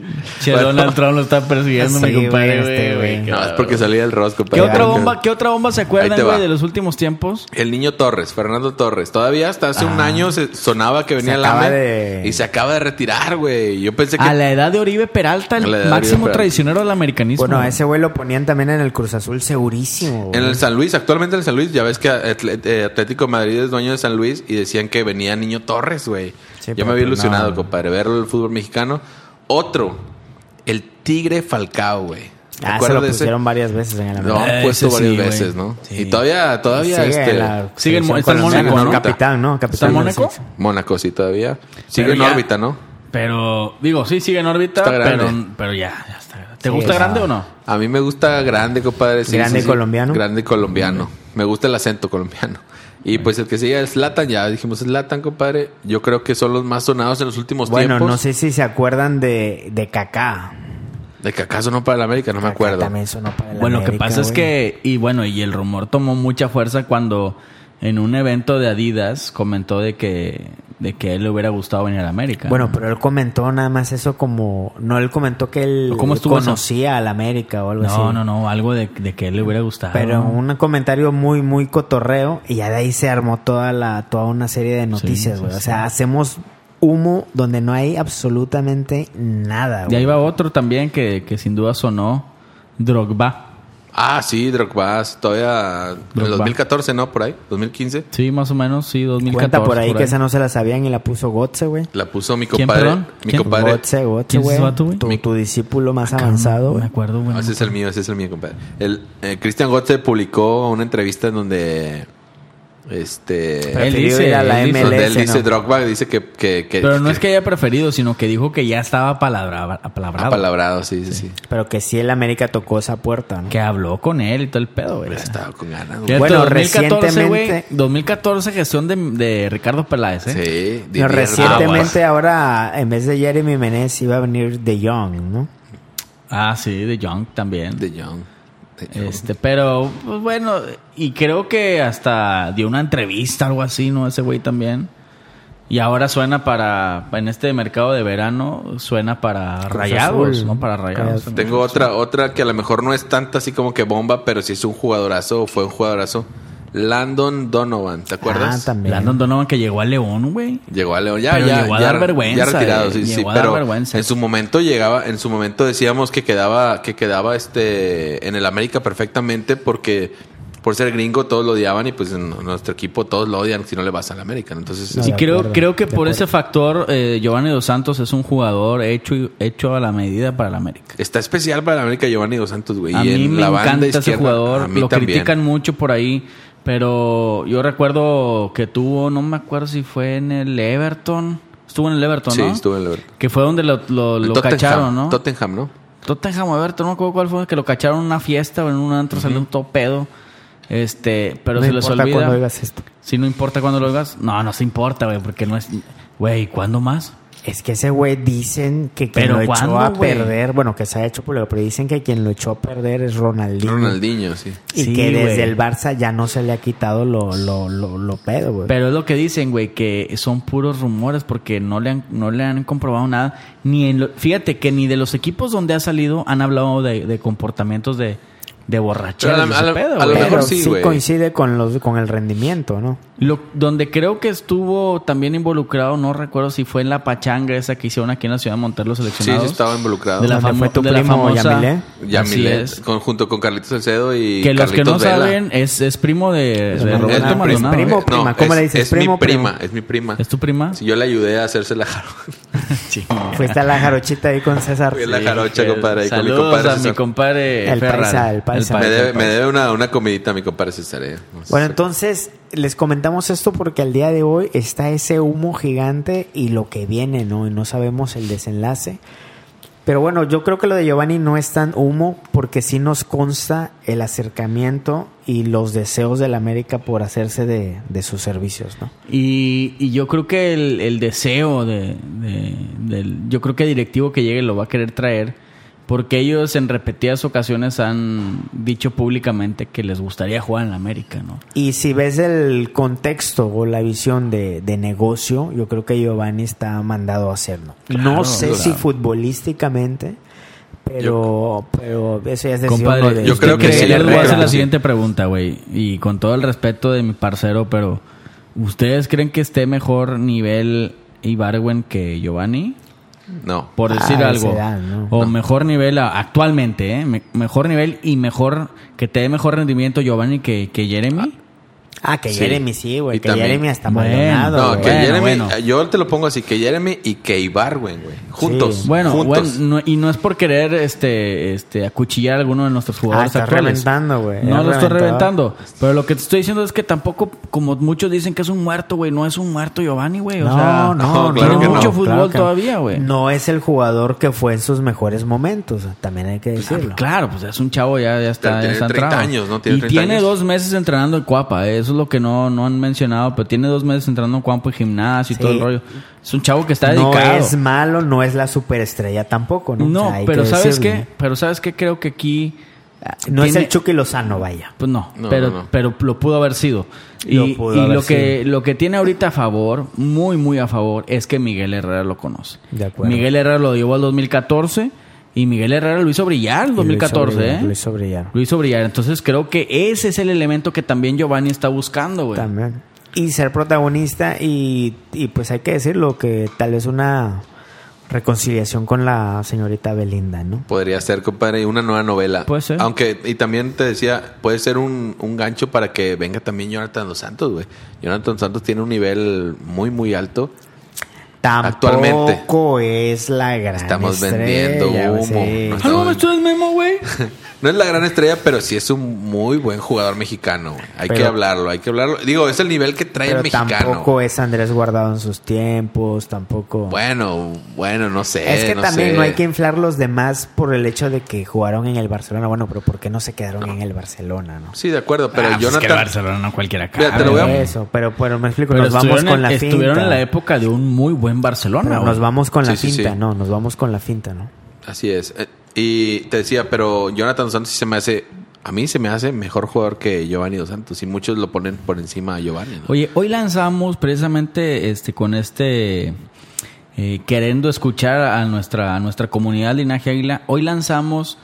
D: Che, Donald Trump lo está persiguiendo,
A: Sí,
D: mi compadre,
A: güey, este,
D: güey.
A: güey.
D: Qué
B: no, es
D: bárbaro.
B: porque salía el Ross,
D: ¿Qué
B: compadre.
D: otra bomba, ¿Qué otra bomba se
B: Ahí
D: acuerdan,
B: te va.
D: güey, de los últimos tiempos?
B: El niño Torres, Fernando Torres. Todavía hasta hace un año se sonaba que venía
A: Ah. Se
B: el
A: acaba
B: AME
A: de- Ah,
B: y se acaba de retirar, güey. Yo pensé que.
D: A la edad de Oribe Peralta,
B: A la edad
D: el
B: de Oribe
D: máximo
B: Peralta.
D: traicionero del americanismo.
A: Bueno,
D: güey.
A: a ese güey lo ponían también en el Cruz Azul segurísimo, güey.
B: En el San Luis, actualmente en el San Luis, ya ves que Atle- eh, Atlético de Madrid es dueño de San Luis y decían que venía Niño Torres, güey.
A: Sí,
B: Yo
A: pero
B: me había
A: pues
B: ilusionado,
A: no.
B: compadre, ver el fútbol mexicano. Otro, el Tigre Falcao, güey. ¿Te
A: Ah, se
B: acuerdas
A: lo
B: de ese?
A: pusieron varias veces en el
B: Lo
A: América.
B: han
D: Ese
B: puesto
D: sí,
B: varias
D: güey.
B: veces, ¿no?
D: Sí.
B: Y todavía, todavía
A: Sigue
B: este.
A: la
D: sigue en-
A: selección
D: está en
A: colombiana, ¿no?
D: Mónaco, ¿no?
A: Capitán, ¿no? Capitán
D: ¿Está en
A: de la
D: Mónaco?
A: selección.
B: Mónaco, sí, todavía. Sigue en
D: ya-
B: órbita, ¿no?
D: Pero, digo, sí, sigue en órbita,
B: Está grande.
D: pero, pero ya, ya está. grande. ¿Te
A: Sí,
D: gusta
A: está-
D: grande o no?
B: A mí me gusta grande, compadre. sí,
A: Grande
B: sí, sí.
A: colombiano.
B: Grande colombiano. Me gusta el acento colombiano. Y pues el que sigue es Latan, ya dijimos es Latan, compadre. Yo creo que son los más sonados en los últimos
A: Bueno,
B: tiempos.
A: no sé si se acuerdan de, de Kaká.
B: De que acaso no para el América, no me
A: Kaká
B: acuerdo.
A: También sonó para el
D: Bueno, lo que
A: América,
D: pasa es
A: güey.
D: que, y bueno, y el rumor tomó mucha fuerza cuando en un evento de Adidas comentó de que, de que a él le hubiera gustado venir a América.
A: Bueno, pues, pero él comentó nada más eso como... No, él comentó que él
D: ¿O cómo estuvo eso?
A: conocía al América o algo así.
D: no, no, no, algo de, de que a él le hubiera gustado.
A: Pero un comentario muy, muy cotorreo y ya de ahí se armó toda la toda una serie de noticias,
D: sí,
A: güey. o
D: sí.
A: sea, hacemos humo donde no hay absolutamente nada,
D: Y
A: güey.
D: ahí va otro también que, que sin duda sonó, Drogba.
B: Ah, sí, Drogba, todavía en el
D: Drogba.
B: 2014, ¿no? Por ahí, 2015.
D: Sí, más o menos, sí, 2014.
A: Cuenta por ahí que
D: ahí.
A: esa no se la sabían y la puso Gotze, güey.
B: La puso mi
D: ¿Quién,
B: compadre.
D: perdón?
B: Mi
D: ¿Quién?
B: compadre.
A: Gotze, Gotze,
D: ¿Quién es ese
A: güey.
D: vato, güey?
A: Tu, tu discípulo más
D: Caramba,
A: avanzado,
D: Me
A: güey.
D: acuerdo, güey.
B: Ah, ese es el mío, ese es el mío, compadre. El, eh, Christian Gotze publicó una entrevista en donde. Este.
D: Él
A: Prefirió
D: dice,
A: ir a la
D: él dice-
A: MLS,
B: donde él dice
A: ¿no?
B: Drogba, dice que. que, que
D: Pero no es que haya preferido, sino que dijo que ya estaba palabra, apalabrado.
B: Apalabrado, sí, sí, sí.
A: Pero que sí el América tocó esa puerta, ¿no?
D: Que habló con él y todo el pedo, güey.
B: Hubiera estado con ganas. güey.
D: Fíjate,
A: Bueno,
D: 2014, güey,
A: recientemente-
D: 2014 gestión de, de Ricardo Peláez, ¿eh?
B: Sí,
A: No,
B: Didier
A: recientemente ahora, en vez de Jeremy Menez, iba a venir De Young, ¿no?
D: Ah, sí, de Young también.
B: Drogba. De Young. De Young.
D: Este, pero pues, bueno, y creo que hasta dio una entrevista algo así, ¿no? Ese güey también. Y ahora suena para en este mercado de verano suena para Rayados,
A: Azul.
D: ¿no? Para
A: Rayados.
D: Rayados. también.
B: Tengo otra, otra que a lo mejor no es tanta así como que bomba, pero sí es un jugadorazo o fue un jugadorazo. Landon Donovan, ¿te acuerdas?
A: Ah, también.
D: Landon Donovan que llegó a León, güey.
B: Llegó a León, ya,
D: Pero
B: ya,
D: llegó a
B: ya,
D: dar vergüenza,
B: ya retirado,
D: eh.
B: sí, sí,
D: Llegó a dar
B: pero
D: vergüenza.
B: en su momento llegaba, en su momento decíamos que quedaba, que quedaba este en el América perfectamente porque por ser gringo todos lo odiaban y pues en nuestro equipo todos lo odian si no le vas al América, ¿no? entonces
A: No,
B: es-
D: Y
A: de
D: creo,
A: acuerdo,
D: creo que
A: de
D: por
A: acuerdo.
D: ese factor eh, Giovanni Dos Santos es un jugador hecho y- hecho a la medida para el América.
B: está especial para el América Giovanni dos Santos, güey.
D: A
B: y
D: mí
B: en
D: me
B: la banda
D: encanta ese
B: izquierda, a
D: jugador.
B: mí
D: Lo
B: también.
D: critican mucho por ahí. Pero yo recuerdo que tuvo, no me acuerdo si fue en el Everton. Estuvo en el Everton,
B: Sí,
D: ¿no?
B: estuvo en el Everton.
D: Que fue donde lo, lo-
B: En
D: lo
B: Tottenham,
D: cacharon, ¿no?
B: Tottenham, ¿no?
D: Tottenham o Everton, no me acuerdo cuál fue. Que lo cacharon en una fiesta o en un antro, salió un topedo. Este, pero
A: no
D: se les
A: importa
D: olvida.
A: cuando oigas esto.
D: Si no importa cuando lo oigas. No, no se importa, güey, porque no es... Güey, ¿cuándo más?
A: Es que ese güey dicen que quien
D: ¿Pero
A: lo echó
D: cuándo,
A: a
D: güey?
A: perder, bueno, que se ha hecho pero pero dicen que quien lo echó a perder es Ronaldinho.
B: Ronaldinho, sí.
A: Y
D: Sí,
A: que desde
D: güey.
A: el Barça ya no se le ha quitado lo, lo, lo, lo pedo, güey.
D: Pero es lo que dicen, güey, que son puros rumores porque no le han, no le han comprobado nada. Ni en lo- fíjate que ni de los equipos donde ha salido han hablado de, de comportamientos de, de de borrachera.
B: Pero a la- a la- a lo
A: Pero
B: mejor sí,
A: sí,
B: güey.
A: coincide con los con el rendimiento, ¿no?
D: Lo- donde creo que estuvo también involucrado, no recuerdo si fue en la pachanga esa que hicieron aquí en la ciudad de Monterrey los
B: Sí,
D: seleccionados.
B: sí estaba involucrado.
D: De la,
A: ¿Dónde
D: famo-
A: fue tu
D: de la
A: primo,
D: famosa.
A: Yamile?
B: Ya
D: Así
B: Milet,
D: es.
B: con- junto con Carlitos Salcedo y
D: Que los que no
B: Carlitos Vela.
D: saben es, es primo de, de
A: Es
D: Roberto
A: primo,
D: Maldonado.
A: primo.
D: ¿eh?
B: No,
A: prima. ¿Cómo
B: es-
A: le dices?
B: Es mi
A: ¿Primo, primo?
B: prima, es mi prima.
D: ¿Es tu prima?
B: Si yo le ayudé a hacerse la jarocha.
A: Fuiste a la jarochita ahí con César.
B: Fui a la jarocha,
D: Que-
B: compadre. ahí con mi
D: Saludos
B: compadre
D: a mi
B: César.
D: compadre
A: El
D: Ferran.
A: paisa, el paisa.
B: Me debe,
D: el
B: me
D: paisa.
B: debe una, una comidita mi compadre César. eh. No sé
A: Bueno,
B: si-
A: entonces les comentamos esto porque al día de hoy está ese humo gigante y lo que viene, ¿no? Y no sabemos el desenlace. Pero bueno, yo creo que lo de Giovanni no es tan humo porque sí nos consta el acercamiento y los deseos de la América por hacerse de, de sus servicios, ¿no?
D: Y, y yo creo que el, el deseo de, de- del, yo creo que el directivo que llegue lo va a querer traer porque ellos en repetidas ocasiones han dicho públicamente que les gustaría jugar en la América, ¿no?
A: Y si ves el contexto o la visión de, de negocio, yo creo que Giovanni está mandado a hacerlo. no
D: Claro,
A: sé
D: claro.
A: si futbolísticamente, pero, pero eso ya es decisión
D: Compadre,
A: de este
B: yo
D: ¿usted
B: creo que
D: cree-
B: sí,
D: yo le voy a hacer
B: Herrera.
D: la siguiente pregunta, güey. Y con todo el respeto de mi parcero, pero ¿ustedes creen que esté mejor nivel Ibarwen que Giovanni?
B: No.
D: Por decir
A: Ah,
D: algo.
A: esa edad, ¿no?
D: O mejor nivel a- actualmente, ¿eh? Me- mejor nivel y mejor que te dé mejor rendimiento Giovanni que, que Jeremy.
A: Ah, que
B: Sí.
A: Jeremy sí, güey.
B: Y
A: Que
B: también-
A: Jeremy está
D: Bueno,
A: abandonado.
B: No,
A: güey.
B: que
D: Bueno,
B: Jeremy,
D: bueno.
B: yo te lo pongo así, que Jeremy y que Ibarwen, güey. Juntos.
A: Sí.
D: Bueno,
B: juntos.
D: bueno, no- y no es por querer este, este, acuchillar a alguno de nuestros
A: Ah,
D: jugadores
A: está
D: actuales.
A: reventando, güey.
D: No
A: Es
D: lo estoy
A: reventador.
D: reventando. Pero lo que te estoy diciendo es que tampoco, como muchos dicen que es un muerto, güey, no es un muerto Giovanni, güey. O sea,
A: No, no,
B: no,
A: no.
B: claro que
A: no, claro
B: mucho
D: fútbol
A: que
D: todavía, güey.
A: No es el jugador que fue en sus mejores momentos. También hay que
D: Ah,
A: decirlo.
D: Claro, pues es un chavo, ya, ya está.
B: Tiene
D: ya está
B: 30
D: entrado.
B: años, ¿no? Tiene
D: y
B: 30
D: tiene
B: años.
D: dos meses entrenando en Cuapa, eh, eso es lo que no, no han mencionado, pero tiene dos meses entrenando en Cuapa y gimnasio y
A: Sí.
D: todo el rollo. Es un chavo que está
A: no
D: dedicado.
A: es malo, no es la superestrella tampoco, ¿no?
D: No,
A: O sea, hay
D: pero
A: que
D: ¿sabes
A: decirlo,
D: qué? Pero ¿sabes qué? Creo que aquí... ah,
A: No es
D: tiene-
A: el Chucky Lozano, vaya.
D: Pues no,
B: No,
D: pero,
B: no, no.
D: pero lo pudo haber sido. Y,
A: Lo pudo
D: y
A: haber
D: lo, que, lo que tiene ahorita a favor, muy, muy a favor, es que Miguel Herrera lo conoce.
A: De acuerdo.
D: Miguel Herrera lo llevó al 2014 y Miguel Herrera lo hizo brillar en 2014,
A: Luis
D: ¿eh?
A: Obrillar, Luis Obrillar.
D: Luis Obrillar. Entonces creo que ese es el elemento que también Giovanni está buscando, güey.
A: También. Y ser protagonista y, y pues hay que decirlo que tal vez una reconciliación con la señorita Belinda, ¿no?
B: Podría ser, compadre, una nueva novela.
D: Puede ser.
B: Aunque, y también te decía, puede ser un, un gancho para que venga también Jonathan Dos Santos, güey. Jonathan Dos Santos tiene un nivel muy, muy alto. Actualmente.
A: Tampoco es la gran
B: Estamos
A: estrella,
B: vendiendo
A: güey,
B: humo.
A: sí.
B: No
D: Ah, no, esto es memo, güey.
B: No es la gran estrella, pero sí es un muy buen jugador mexicano. güey. Hay que
A: Pero-
B: hablarlo, hay que hablarlo. Digo, es el nivel que trae
A: Pero
B: el mexicano.
A: tampoco es Andrés Guardado en sus tiempos, tampoco...
B: Bueno, bueno, no sé.
A: es que
B: no
A: también
B: sé.
A: no hay que inflar los demás por el hecho de que jugaron en el Barcelona. Bueno, pero ¿por qué no se quedaron en el Barcelona, no?
B: Sí, de acuerdo, pero
D: Ah, pues es que el
B: Jonathan.
D: Barcelona no cualquiera
B: Mira, te lo
D: cabe,
B: voy a-
D: güey.
A: Eso, pero, Pues, pero me explico,
D: Pero
A: nos vamos
D: estuvieron,
A: con
D: en,
A: la finta.
D: estuvieron en la época de un muy buen Barcelona,
A: Pero
D: güey.
A: nos vamos con la
B: Sí, sí,
A: finta,
B: sí.
A: no, nos vamos con la finta, ¿no?
B: Así es. Eh, Y te decía, pero Jonathan Dos Santos sí se me hace. A mí se me hace mejor jugador que Giovanni Dos Santos. Y muchos lo ponen por encima a Giovanni. ¿no?
D: Oye, hoy lanzamos precisamente este con este eh, queriendo escuchar a nuestra, a nuestra comunidad Linaje Águila. Hoy lanzamos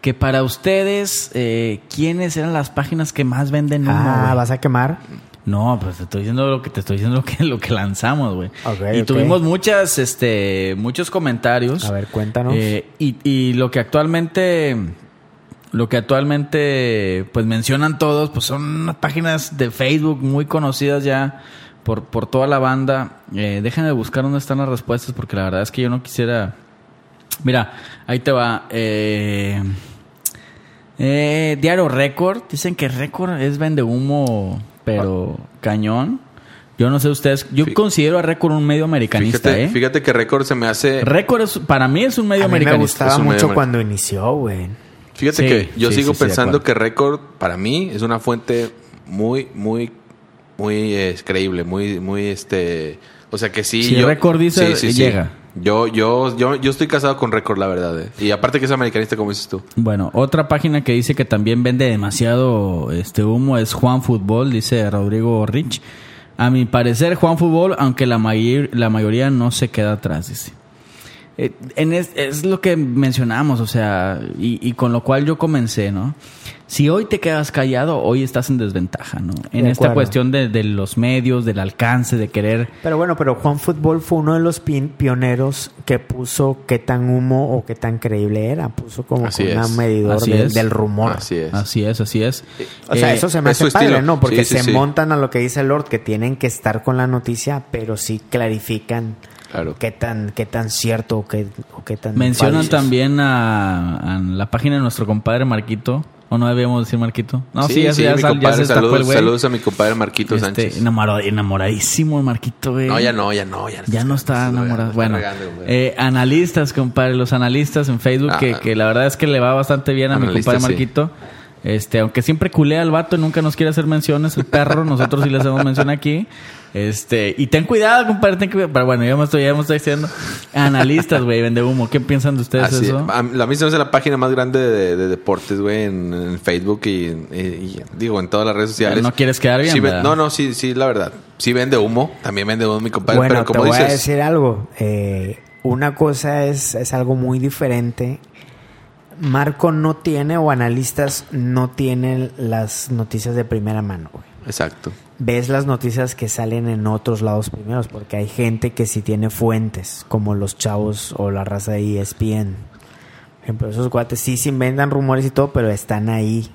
D: que para ustedes, eh, ¿quiénes eran las páginas que más venden humo,
A: ah,
D: güey?
A: vas a quemar.
D: No, pues te estoy diciendo lo que te estoy diciendo lo que, lo que lanzamos, güey.
A: Ok,
D: y
A: ok.
D: tuvimos muchas, este, muchos
B: Pues,
D: comentarios.
A: A ver, cuéntanos.
D: Eh, y, y lo que actualmente, lo que actualmente, pues mencionan todos, pues son unas páginas de Facebook muy conocidas ya por, por toda la banda. Eh, déjenme buscar dónde están las respuestas porque la verdad es que yo no quisiera. Mira, ahí te va. Eh, eh, Diario Record. Dicen que Record es vende humo, pero
A: Ah.
D: cañón. Yo no sé ustedes. Yo
B: Fí-
D: considero a Record un medio americanista,
B: Fíjate,
D: ¿eh?
B: fíjate que récord se me hace.
D: Record es- para mí es un medio
A: A mí me
D: americanista.
A: gustaba
B: es un medio
A: mucho
B: americano.
A: cuando inició, güey.
B: Fíjate
D: Sí,
B: que yo
D: sí,
B: sigo
D: sí, sí, de
B: pensando
D: acuerdo.
B: que récord para mí es una fuente muy, muy, muy eh, creíble, muy, muy este. O sea que sí.
D: Si Record dice, llega.
B: Yo, yo, yo, yo estoy casado con récord, la verdad. eh. Y aparte que es americanista, como dices tú.
D: Bueno, otra página que dice que también vende demasiado este humo es Juan Fútbol, dice Rodrigo Rich. A mi parecer, Juan Fútbol, aunque la, mayor- la mayoría no se queda atrás, dice. eh, en es, es lo que mencionamos, o sea, y, y con lo cual yo comencé, ¿no? Si hoy te quedas callado, hoy estás en desventaja, ¿no? En
A: De
D: esta
A: acuerdo.
D: cuestión de, de los medios, del alcance, de querer
A: Pero bueno, pero Juan Fútbol fue uno de los pin- pioneros que puso qué tan humo o qué tan creíble era. Puso como
B: Así
A: que una
B: es.
A: medidor
D: Así
A: de-
D: es.
A: del rumor.
B: Así es.
D: Así es, así es.
A: O sea,
D: Eh,
A: eso se me
B: es
A: hace
B: su
A: padre,
B: estilo.
A: ¿no? Porque
B: Sí, sí,
A: se
B: sí.
A: montan a lo que dice Lord, que tienen que estar con la noticia, pero sí clarifican
B: Claro.
A: qué tan qué tan cierto o qué, o qué tan
D: Mencionan
A: falso.
D: también a, a la página de nuestro compadre Marquito. ¿O no debíamos decir Marquito? No, sí, ya, se- ya
B: mi
D: sal- ya
B: compadre,
D: se destapó el
B: saludos,
D: güey.
B: saludos a mi compadre Marquito
D: Este,
B: Sánchez.
D: enamorado- enamoradísimo el Marquito, güey.
B: No, ya no, ya no. Ya,
D: Ya no está enamorado. Bueno,
B: eh,
D: eh, analistas, compadre, los analistas en Facebook,
B: Ah.
D: que, que la verdad es que le va bastante bien a mi
B: Analistas,
D: compadre
B: sí.
D: Marquito. Este, aunque siempre culea al vato y nunca nos quiere hacer menciones, el perro, nosotros sí le hacemos mención aquí. Este, y ten cuidado, compadre, ten cuidado. Pero bueno, ya me estoy, ya me estoy diciendo. Analistas, güey, vende humo. ¿Qué piensan de ustedes
B: Así,
D: eso?
B: a mí- la misma es la página más grande de, de deportes, güey, en, en Facebook y, en- y- y, digo, en todas las redes sociales.
D: no quieres quedar bien,
B: Sí ven-
D: ¿verdad?
B: no, no, sí, sí, la verdad. Sí vende humo, también vende humo mi compadre,
A: Bueno,
B: pero
A: te
B: como
A: voy a
B: dices,
A: decir algo. Eh, una cosa es, es algo muy diferente. Marco no tiene o analistas no tienen las noticias de primera mano. güey.
B: exacto.
A: Ves las noticias que salen en otros lados primeros, porque hay gente que sí tiene fuentes, como los chavos o la raza de E ESPN. Por ejemplo, esos cuates sí se inventan rumores y todo, pero están ahí.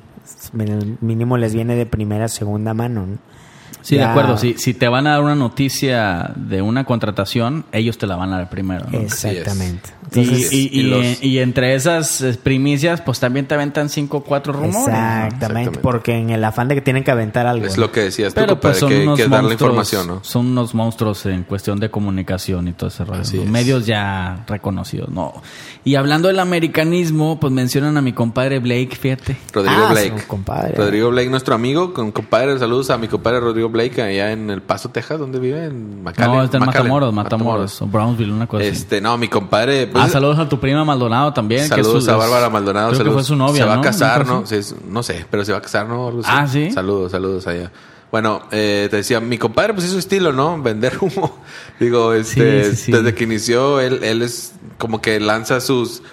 A: Mínimo les viene de primera, segunda mano. ¿no?
D: Sí, de
A: Ya.
D: acuerdo. Si, si te van a dar una noticia de una contratación, ellos te la van a dar primero. ¿no?
A: Exactamente.
D: Y,
A: Entonces-
D: y- y-
B: Y los-
D: y entre esas eh, primicias, pues también te aventan cinco o cuatro rumores. ¿no?
A: Exactamente,
B: Exactamente.
A: porque en el afán de que tienen que aventar algo.
B: Es
A: ¿no?
B: lo que decías tú,
D: Pero
B: compadre,
D: pues son
B: que,
D: unos
B: que dar la
D: monstruos.
B: información, ¿no?
D: Son unos monstruos en cuestión de comunicación y todo ese rollo.
B: Así
D: ¿no?
B: es.
D: Medios ya reconocidos, ¿no? Y hablando del americanismo, pues mencionan a mi compadre Blake, fíjate.
B: Rodrigo
A: Ah,
B: Blake.
A: su compadre.
B: Rodrigo Blake, nuestro amigo, con compadre, saludos a mi compadre Rodrigo Blake allá en El Paso, Texas, donde vive, en McAllen.
D: no, está en
B: McAllen,
D: Matamoros, Matamoros, o Brownsville, una cosa así.
B: Este, no, mi compadre. pues,
D: ah, saludos a tu prima Maldonado también. que es su-
B: saludos a Bárbara Maldonado.
D: Creo que
B: saludos.
D: fue su
B: Se
D: novia,
B: va
D: ¿no?
B: a casar,
D: Una cosa
B: ¿no? Sí, es- no sé, pero se va a casar, ¿no? Algo así.
D: Ah, ¿sí?
B: Saludos, saludos allá. Bueno, eh, te decía, mi compadre, pues es su estilo, ¿no? Vender humo. Digo, este,
D: Sí, sí, sí.
B: desde que inició, él, él es como que lanza sus.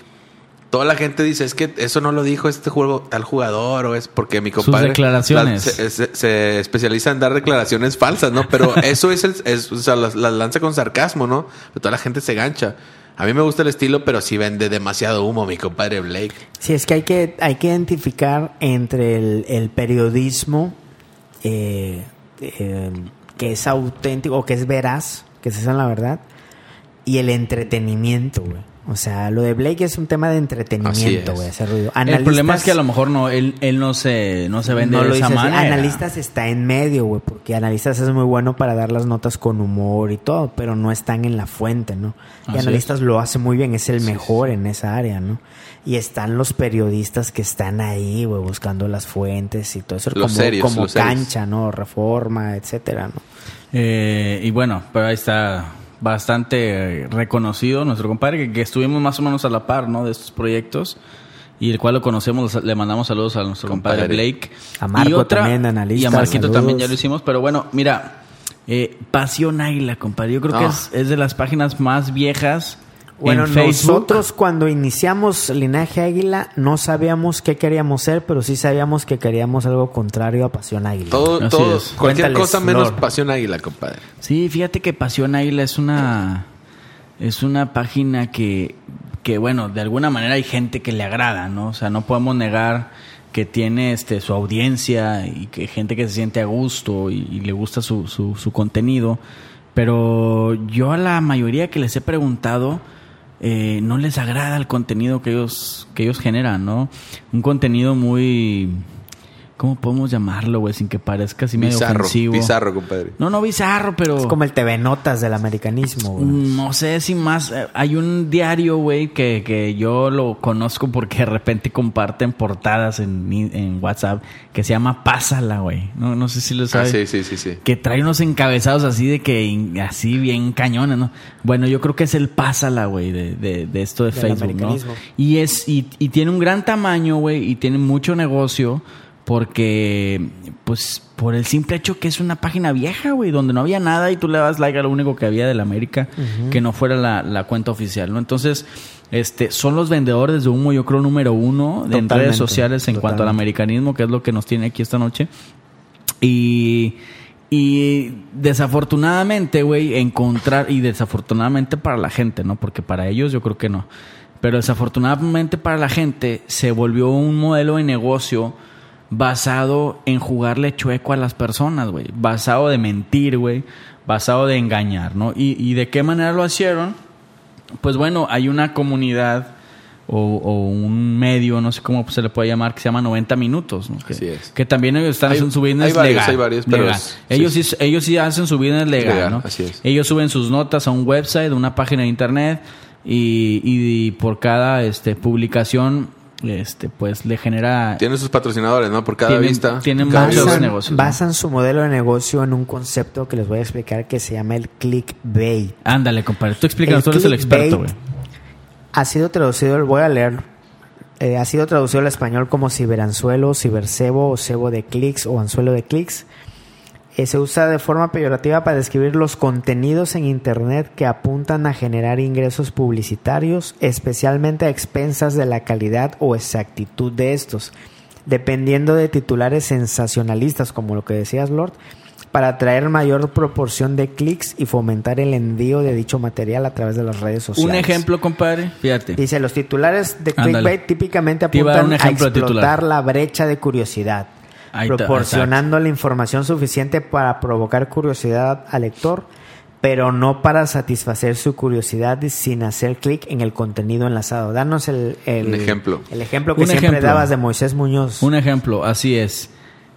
B: Toda la gente dice, es que eso no lo dijo este juego, tal jugador, o es porque mi compadre.
D: declaraciones.
B: las- se- eh, se, se especializa en dar declaraciones falsas, ¿no? Pero eso es el. es- o sea, las, las lanza con sarcasmo, ¿no? Pero toda la gente se gancha. A mí me gusta el estilo, pero sí vende demasiado humo, mi compadre Blake.
A: Sí, es que hay que, hay que identificar entre el, el periodismo eh, eh, que es auténtico o que es veraz, que es esa la verdad, y el entretenimiento, güey. O sea, lo de Blake es un tema de entretenimiento,
B: es.
A: güey, ese ruido.
D: El problema es que a lo
A: Analistas-
D: mejor no, él, él no se, no se vende
A: no
D: de
A: lo
D: esa
A: dices,
D: manera.
A: Analistas está en medio, güey, porque analistas es muy bueno para dar las notas con humor y todo, pero no están en la fuente, ¿no? Y
D: Así
A: analistas lo hace muy bien, es el mejor en esa área, ¿no? Y están los periodistas que están ahí, güey, buscando las fuentes y todo eso,
B: Los
A: como,
B: serios,
A: como
B: los serios.
A: cancha, ¿no? Reforma, etcétera, ¿no?
D: Eh, y bueno, pero ahí está bastante eh, reconocido nuestro compadre, que, que estuvimos más o menos a la par, ¿no? De estos proyectos. Y el cual lo conocemos, le mandamos saludos a nuestro compadre,
B: Compadre.
D: Blake.
A: A Marco
D: Y
A: también, analista,
D: Y a Marquito
A: saludos.
D: también ya lo hicimos. Pero bueno, mira, eh, Pasión Águila, compadre. Yo creo que
B: Ah.
D: es, es de las páginas más viejas
A: Bueno,
D: en Facebook.
A: nosotros cuando iniciamos Linaje Águila no sabíamos qué queríamos ser, pero sí sabíamos que queríamos algo contrario a Pasión Águila.
B: Todo,
D: Así
B: todo,
D: es.
B: cualquier
A: Cuéntales,
B: cosa menos
A: Lord.
B: pasión águila, compadre.
D: Sí, fíjate que Pasión Águila es una es una página que que bueno, de alguna manera hay gente que le agrada, ¿no? O sea, no podemos negar que tiene este su audiencia y que gente que se siente a gusto y, y le gusta su, su, su contenido, pero yo a la mayoría que les he preguntado eh, no les agrada el contenido que ellos que ellos generan, ¿no? Un contenido muy ¿Cómo podemos llamarlo, güey? Sin que parezca así medio
B: Bizarro,
D: ofensivo.
B: bizarro, compadre.
D: No, no bizarro, pero
A: este.
D: mm,
A: Es como el TV Notas del americanismo, güey.
D: no sé si más. eh, Hay un diario, güey, que, que yo lo conozco porque de repente comparten portadas en, i- en WhatsApp que se llama Pásala, güey. No, no sé si lo
B: Ah,
D: sabes.
B: sí, sí, sí, sí.
D: Que trae unos encabezados así de que in- así bien cañones, ¿no? Bueno, yo creo que es el pásala, güey, de, de, de esto de
A: Del
D: Facebook, ¿no?
A: americanismo.
D: Y es, y, y tiene un gran tamaño, güey, y tiene mucho negocio, Porque, pues, por el simple hecho que es una página vieja, güey, donde no había nada y tú le das like a lo único que había de la América, que no fuera la, la cuenta oficial, ¿no? Entonces, este, son los vendedores de humo, yo creo, número uno en
A: Totalmente,
D: redes sociales en cuanto al
A: totalmente.
D: americanismo, que es lo que nos tiene aquí esta noche. Y, y desafortunadamente, güey, encontrar, y desafortunadamente para la gente, ¿no? Porque para ellos yo creo que no. Pero desafortunadamente para la gente se volvió un modelo de negocio basado en jugarle chueco a las personas, güey. Basado de mentir, güey. Basado de engañar, ¿no? Y, y de qué manera lo hicieron. Pues bueno, hay una comunidad o, o un medio, no sé cómo se le puede llamar, que se llama 90 Minutos. ¿no? Que,
B: Así es.
D: Que también ellos están
B: Hay-
D: haciendo su business
B: hay varios,
D: legal.
B: hay varios, pero
D: legal.
B: es-
D: ellos, sí.
B: sí.
D: ellos sí hacen su business legal,
B: Legal,
D: ¿no?
B: así es.
D: Ellos suben sus notas a un website, a una página de internet y, y por cada este, publicación este, pues le genera...
B: Tienen sus patrocinadores, ¿no? Por cada
D: Tienen-
B: vista.
D: tienen
B: cada
D: muchos
B: view.
A: basan,
D: negocios, ¿no?
A: basan su modelo de negocio en un concepto que les voy a explicar que se llama el clickbait.
D: Ándale, compadre. Tú explícanos,
A: El
D: tú eres el experto, güey.
A: clickbait Ha sido traducido, lo voy a leer, eh, ha sido traducido al español como ciberanzuelo, cibercebo o cebo de clics o anzuelo de clics. Eh, se usa de forma peyorativa para describir los contenidos en Internet que apuntan a generar ingresos publicitarios, especialmente a expensas de la calidad o exactitud de estos, dependiendo de titulares sensacionalistas, como lo que decías, Lord, para atraer mayor proporción de clics y fomentar el envío de dicho material a través de las redes sociales.
D: Un ejemplo, compadre. Fíjate.
A: Dice, los titulares de
D: Ándale.
A: clickbait típicamente
D: Te iba a dar
A: apuntan
D: un
A: a
D: ejemplo de
A: explotar
D: titular.
A: la brecha de curiosidad,
D: Ahí está,
A: proporcionando la información suficiente para provocar curiosidad al lector, pero no para satisfacer su curiosidad sin hacer clic en el contenido enlazado. Danos el, el-
B: Un ejemplo.
A: el ejemplo que
D: Un
A: siempre
D: ejemplo.
A: dabas de Moisés Muñoz.
D: Un e- ejemplo, así es.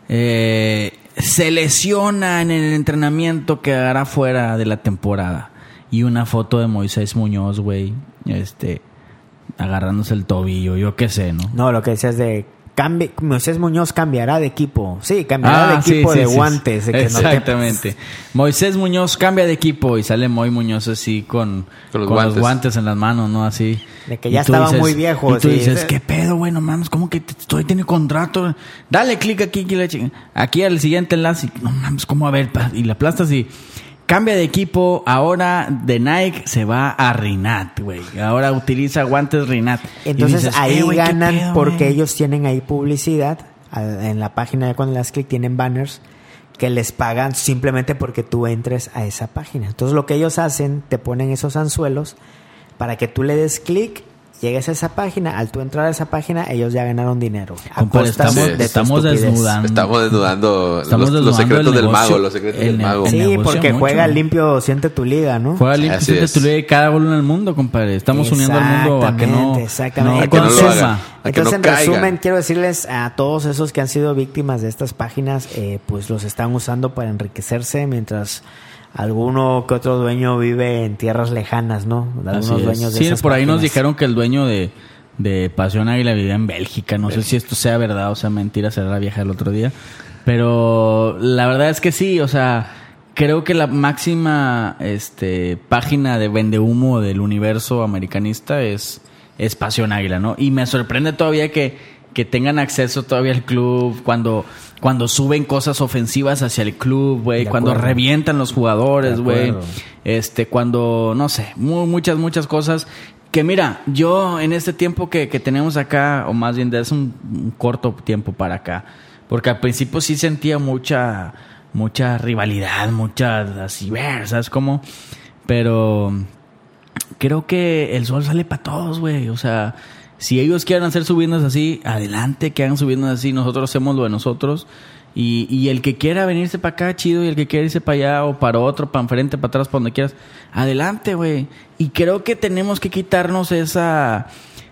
D: Eh, se lesiona en el entrenamiento, quedará fuera de la temporada. Y una foto de Moisés Muñoz, güey, este, agarrándose el tobillo, yo qué sé, ¿no?
A: No, lo que decías de cambi- Moisés Muñoz cambiará de equipo. Sí, cambiará de
D: Ah, sí,
A: equipo
D: sí,
A: de
D: sí, sí.
A: guantes. de que no te-
D: Exactamente. Moisés Muñoz cambia de equipo y sale Moy Muñoz así con,
B: Con los
D: con
B: guantes.
D: en las manos, ¿no? Así.
A: De que ya
D: Y tú
A: estaba muy viejo,
D: Y tú
A: sí.
D: dices, ¿qué pedo, güey? No mames, ¿cómo que te- estoy tiene contrato? Dale clic aquí, que la chinga- aquí al siguiente enlace. y, No mames, ¿cómo a ver? pa, Y la aplastas y. Cambia de equipo, ahora de Nike se va a Rinat, güey. Ahora utiliza guantes Rinat. Y
A: Entonces
D: dices,
A: ahí
D: "Eh, güey, ¿qué
A: ganan
D: pedo,
A: porque
D: güey?"
A: ellos tienen ahí publicidad. a- En la página de cuando las clic tienen banners que les pagan simplemente porque tú entres a esa página. Entonces lo que ellos hacen, te ponen esos anzuelos para que tú le des clic, llegues a esa página. Al tú entrar a esa página, ellos ya ganaron dinero. a
D: Compadre,
A: costas
D: estamos,
A: de tu
D: estamos
A: estupidez.
D: desnudando.
B: Estamos desnudando,
D: Estamos
B: los, los
D: desnudando
B: secretos
D: el
B: del
D: negocio,
B: mago, los secretos
D: el
B: del
D: ne-
B: mago.
D: el
A: Sí,
D: negocio
A: porque
D: mucho,
A: juega
D: ¿no?
A: limpio, siente tu liga, ¿no?
D: Juega
B: Así
D: limpio, siente
B: es.
D: tu liga y cada gol en el mundo, compadre. Estamos uniendo al mundo a que no,
A: Exactamente,
D: no
B: que no lo
A: exactamente.
B: haga.
D: consuma.
A: Entonces,
B: a que
A: entonces,
B: no
A: en
B: caigan.
A: resumen, quiero decirles a todos esos que han sido víctimas de estas páginas, eh, pues los están usando para enriquecerse mientras alguno que otro dueño vive en tierras lejanas, ¿no? De
D: Así
A: Algunos
D: es.
A: dueños de
D: Sí,
A: esas
D: por ahí nos
A: páginas.
D: dijeron que el dueño de, de Pasión Águila vivía en Bélgica. No sé si esto sea verdad o sea mentira, será la vieja del otro día. Pero la verdad es que sí, o sea, creo que la máxima este, página de vendehumo del universo americanista es, es Pasión Águila, ¿no? Y me sorprende todavía que, que tengan acceso todavía al club cuando... Cuando suben cosas ofensivas hacia el club, güey.
A: De
D: Cuando
A: acuerdo.
D: revientan los jugadores,
A: De
D: güey
A: acuerdo.
D: este cuando no sé mu- muchas muchas cosas que mira yo en este tiempo que, que tenemos acá o más bien de hace un, un corto tiempo para acá porque al principio sí sentía mucha mucha rivalidad muchas así ver sabes cómo pero creo que el sol sale para todos güey o sea si ellos quieren hacer su business así adelante que hagan su business así nosotros hacemos lo de nosotros y, y el que quiera venirse para acá, chido. Y el que quiera irse para allá o para otro, para enfrente, para atrás, para donde quieras. Adelante, güey. Y creo que tenemos que quitarnos esa,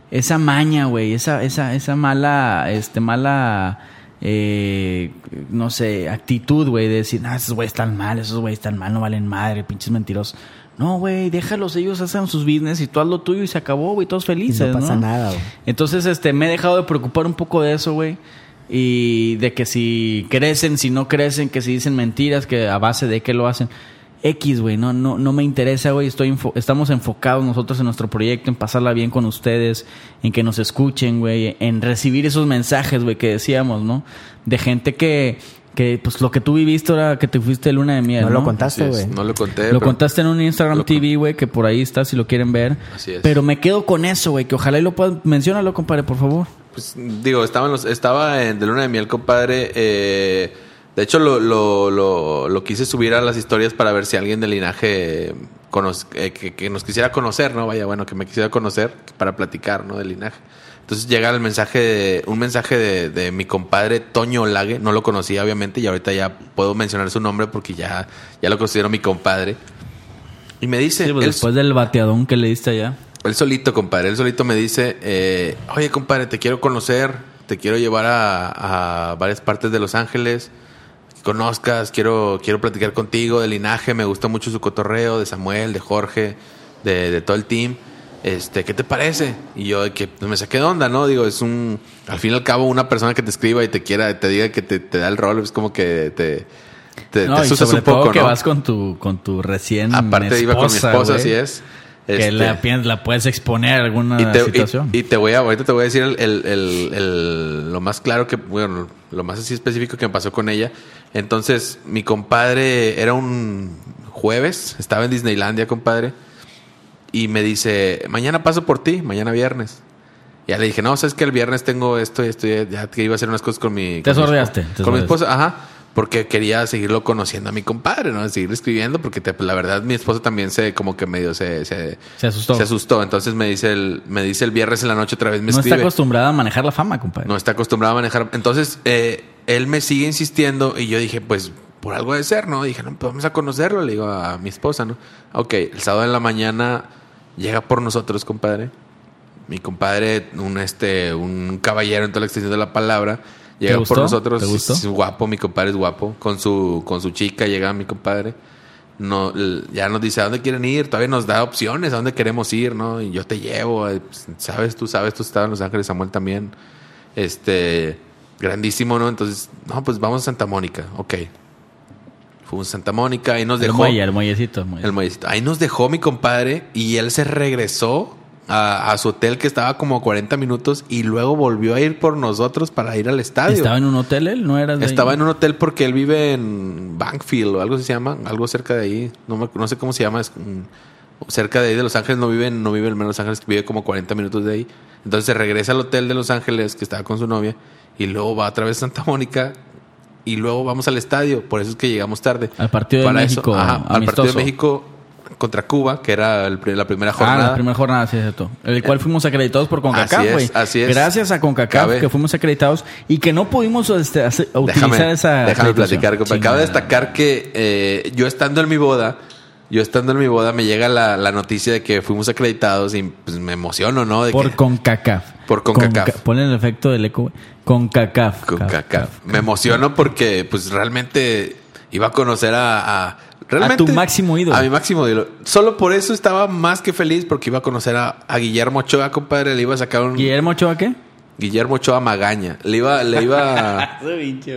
D: esa maña, güey. Esa, esa, esa mala, este, mala, eh, no sé, actitud, güey. De decir, ah, esos güeyes están mal, esos güeyes están mal, no valen madre, pinches mentirosos. No, güey, déjalos, ellos hacen sus business y tú haz lo tuyo y se acabó, güey, todos
A: Y
D: felices,
A: no pasa
D: ¿no?
A: nada, güey.
D: Entonces, este, me he dejado de preocupar un poco de eso, güey. Y de que si crecen, si no crecen, que si dicen mentiras, que a base de qué lo hacen. X, güey, no, no, no me interesa, güey, estoy enfo- estamos enfocados nosotros en nuestro proyecto, en pasarla bien con ustedes, en que nos escuchen, güey, en recibir esos mensajes, güey, que decíamos, ¿no? De gente que, que, pues lo que tú viviste ahora que te fuiste de luna de miel.
A: No
D: No,
A: lo contaste,
B: Así
A: güey.
B: es. No lo conté.
D: Lo
B: Eh, pero-
D: contaste en un Instagram
B: Lo con-
D: TV, güey, que por ahí está si lo quieren ver.
B: Así es.
D: Pero me quedo con eso, güey, que ojalá y lo puedan. Menciónalo, compadre, por favor.
B: Pues, digo, estaba en, los- estaba en De Luna de Miel, compadre. eh, de hecho, lo, lo, lo- lo quise subir a las historias para ver si alguien del linaje eh, conoz- eh, que, que nos quisiera conocer, ¿no? Vaya, bueno, que me quisiera conocer para platicar, ¿no? Del linaje. Entonces llega el mensaje, de- un mensaje de, de mi compadre Toño Lague. No lo conocía, obviamente, y ahorita ya puedo mencionar su nombre porque ya, ya lo considero mi compadre. Y me dice...
D: Sí, pues,
B: él-
D: después del bateadón que le diste allá.
B: él solito, compadre, él solito me dice, eh, oye, compadre, te quiero conocer, te quiero llevar a, a varias partes de Los Ángeles, que conozcas, quiero, quiero platicar contigo de linaje, me gusta mucho su cotorreo, de Samuel, de Jorge, de, de todo el team. Este, ¿qué te parece? Y yo de que pues, me saqué de onda, ¿no? Digo, es un, al fin y al cabo, una persona que te escriba y te quiera, te diga que te, te da el rol, es como que te, te,
D: no,
B: te
D: y
B: asustas
D: sobre
B: un poco,
D: todo que
B: ¿no?
D: vas con tu, con tu recién.
B: Aparte iba con mi esposa,
D: güey,
B: así es.
D: Que
B: Este-
D: la, pi- la puedes exponer a alguna
B: y te, y-
D: situación.
B: y te voy a, ahorita te voy a decir el, el- el- el- lo más claro que, bueno, lo más así específico que me pasó con ella. Entonces, mi compadre era un jueves, estaba en Disneylandia, compadre, y me dice, mañana paso por ti, mañana viernes. Ya le dije, no, sabes que el viernes tengo esto y esto, y ya que iba a hacer unas cosas con mi. con
D: Te
B: mi esp-
D: sordeaste, te
B: Con mi
D: sordeaste.
B: esposa, ajá. Porque quería seguirlo conociendo a mi compadre, ¿no? Seguir escribiendo, porque te- la verdad mi esposa también se, como que medio se- se,
D: Se asustó.
B: se asustó. Entonces me dice el, me dice el viernes en la noche otra vez me
D: no
B: escribe.
D: está acostumbrada a manejar la fama, compadre.
B: no está acostumbrado a manejar. Entonces, eh, él me sigue insistiendo y yo dije, pues, por algo de ser, ¿no? Dije, no, pues vamos a conocerlo, le digo a mi esposa, ¿no? Ok, el sábado en la mañana llega por nosotros, compadre. Mi compadre, un este, un caballero en toda la extensión de la palabra, llega
D: gustó?
B: por nosotros.
D: ¿Te gustó?
B: Es guapo, mi compadre es guapo. Con su, con su chica llega mi compadre no, l- ya nos dice a dónde quieren ir, todavía nos da opciones a dónde queremos ir, ¿no? Y yo te llevo, eh, pues, sabes, tú sabes, tú estabas en Los Ángeles, Samuel también, este, grandísimo, ¿no? Entonces, no, pues vamos a Santa Mónica, ok. Fuimos a Santa Mónica y nos
D: el
B: dejó...
D: muelle, el muellecito. el muelle.
B: El muellecito. Ahí nos dejó mi compadre y él se regresó a, a su hotel que estaba como a 40 minutos y luego volvió a ir por nosotros para ir al estadio.
D: Estaba en un hotel él, no era. de ahí?
B: Estaba en un hotel porque él vive en Bankfield o algo así se llama, algo cerca de ahí. No, me- no sé cómo se llama. es, mm, cerca de ahí de Los Ángeles no vive, en- no vive en Los Ángeles, vive como 40 minutos de ahí. Entonces se regresa al hotel de Los Ángeles que estaba con su novia y luego va otra vez a Santa Mónica y luego vamos al estadio. Por eso es que llegamos tarde.
D: Al partido de
B: eso-
D: México,
B: al partido de
D: amistoso.
B: México contra Cuba, que era el pri- la primera
D: Ah,
B: jornada. Eh,
D: la primera jornada, sí, es cierto. El cual fuimos acreditados por
B: Así
D: CONCACAF,
B: es,
D: güey.
B: así es.
D: Gracias a CONCACAF
B: Cabe.
D: que fuimos acreditados y que no pudimos este, hacer- utilizar
B: Déjame,
D: esa.
B: déjame
D: acreditación.
B: platicar. compa.
D: Chingada.
B: Acabo de destacar que eh, yo estando en mi boda, yo estando en mi boda, me llega la, la noticia de que fuimos acreditados y pues, me emociono, ¿no? De
D: Por
B: que-
D: CONCACAF.
B: Por CONCACAF.
D: Conca- Ponle el efecto del eco, güey. CONCACAF.
B: con
D: Caf,
B: CACAF.
D: caf.
B: Me emociono porque pues realmente iba a conocer a... a- realmente,
D: A tu máximo ídolo.
B: A mi máximo ídolo. Solo por eso estaba más que feliz porque iba a conocer a, a Guillermo Ochoa, compadre. Le iba a sacar un...
D: Guillermo Ochoa, ¿qué?
B: Guillermo Ochoa Magaña. Le iba, le iba,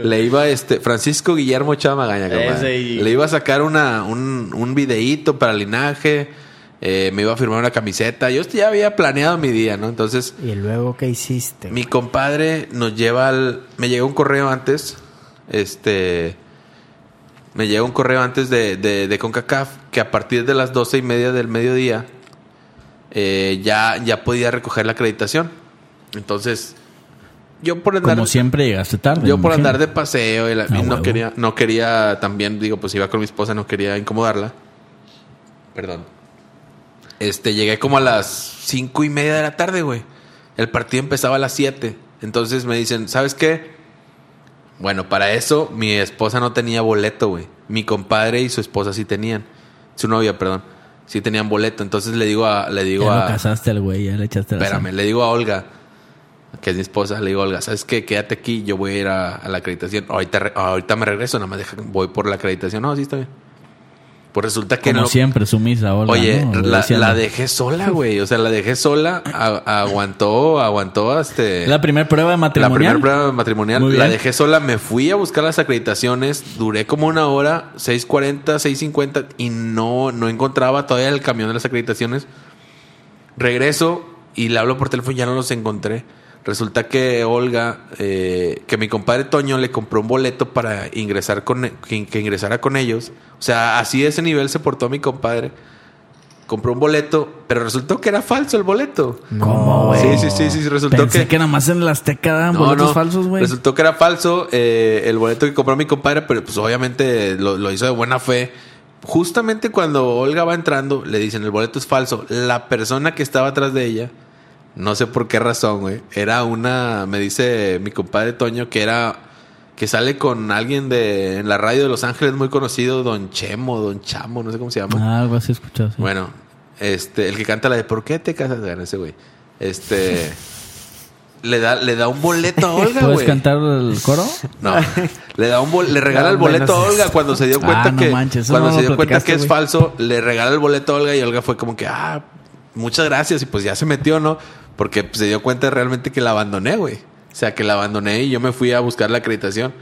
B: le iba este, Francisco Guillermo Ochoa Magaña, compadre. Le iba a sacar una, un, un videíto para linaje. eh, me iba a firmar una camiseta. Yo ya había planeado mi día, ¿no? Entonces,
A: ¿Y luego qué hiciste?
B: mi compadre nos lleva al. Me llegó un correo antes. Este. Me llegó un correo antes de, de, de CONCACAF que a partir de las doce y media del mediodía eh, ya, ya podía recoger la acreditación. Entonces, yo por andar.
D: Como siempre llegaste tarde.
B: Yo
D: me
B: por
D: imagino. Ah,
B: andar de paseo y, la- y no
D: huevo.
B: quería, no quería también, digo, pues iba con mi esposa, no quería incomodarla. Perdón. Este, llegué como a las cinco y media de la tarde, güey. El partido empezaba a las siete. Entonces me dicen, ¿sabes qué? Bueno, para eso mi esposa no tenía boleto, güey. Mi compadre y su esposa sí tenían. Su novia, perdón. Sí tenían boleto. Entonces le digo a, le digo
D: Ya lo
B: a.
D: casaste al güey, ya le echaste la
B: Espérame,
D: sal.
B: le digo a Olga, que es mi esposa, le digo a Olga, ¿sabes qué? Quédate aquí, yo voy a ir a, a la acreditación. Ahorita, re- ahorita me regreso, nada más deja, voy por la acreditación. No, sí, está bien. Pues resulta que
D: Como
B: no.
D: siempre, sumisa. Hola,
B: Oye,
D: ¿no?
B: la,
D: Deseando.
B: la dejé sola, güey. O sea, la dejé sola. a- aguantó, aguantó. Este,
D: La primera prueba de
B: La
D: matrimonio.
B: primera prueba matrimonial
D: Muy
B: la
D: bien.
B: dejé sola, me fui a buscar las acreditaciones, duré como una hora, 6.40, 6.50 y no, no encontraba todavía el camión de las acreditaciones. Regreso y le hablo por teléfono, ya no los encontré. Resulta que Olga, eh, que mi compadre Toño le compró un boleto para ingresar con e, que, que ingresara con ellos. O sea, así de ese nivel se portó mi compadre. Compró un boleto, pero resultó que era falso el boleto.
D: ¿Cómo, güey?
B: Sí, sí, sí, sí, resultó
D: Pensé que...
B: que
D: nomás en la Azteca daban boletos falsos, güey.
B: Resultó que era falso eh, el boleto que compró mi compadre, pero pues obviamente lo, lo hizo de buena fe. Justamente cuando Olga va entrando, le dicen el boleto es falso. La persona que estaba atrás de ella, no sé por qué razón, güey, era una, me dice mi compadre Toño, que era, que sale con alguien de, en la radio de Los Ángeles muy conocido, Don Chemo, Don Chamo, no sé cómo se llama.
D: Ah, algo así he escuchado. sí.
B: Bueno, este, el que canta la de ¿Por qué te casas? Bueno, ese güey. Este. le, da, le da un boleto a Olga,
D: ¿Puedes
B: güey.
D: cantar el coro?
B: No. Le da un bol- le regala
A: No,
B: el boleto a
A: menos.
B: Olga cuando se dio cuenta
D: Ah, no
B: que
D: manches, eso
B: cuando
D: no
B: se
D: lo
B: dio cuenta
D: platicaste,
B: que es
D: güey.
B: falso, le regala el boleto a Olga y Olga fue como que, "Ah, muchas gracias" y pues ya se metió, ¿no? Porque pues, se dio cuenta realmente que la abandoné, güey. O sea, que la abandoné y yo me fui a buscar la acreditación.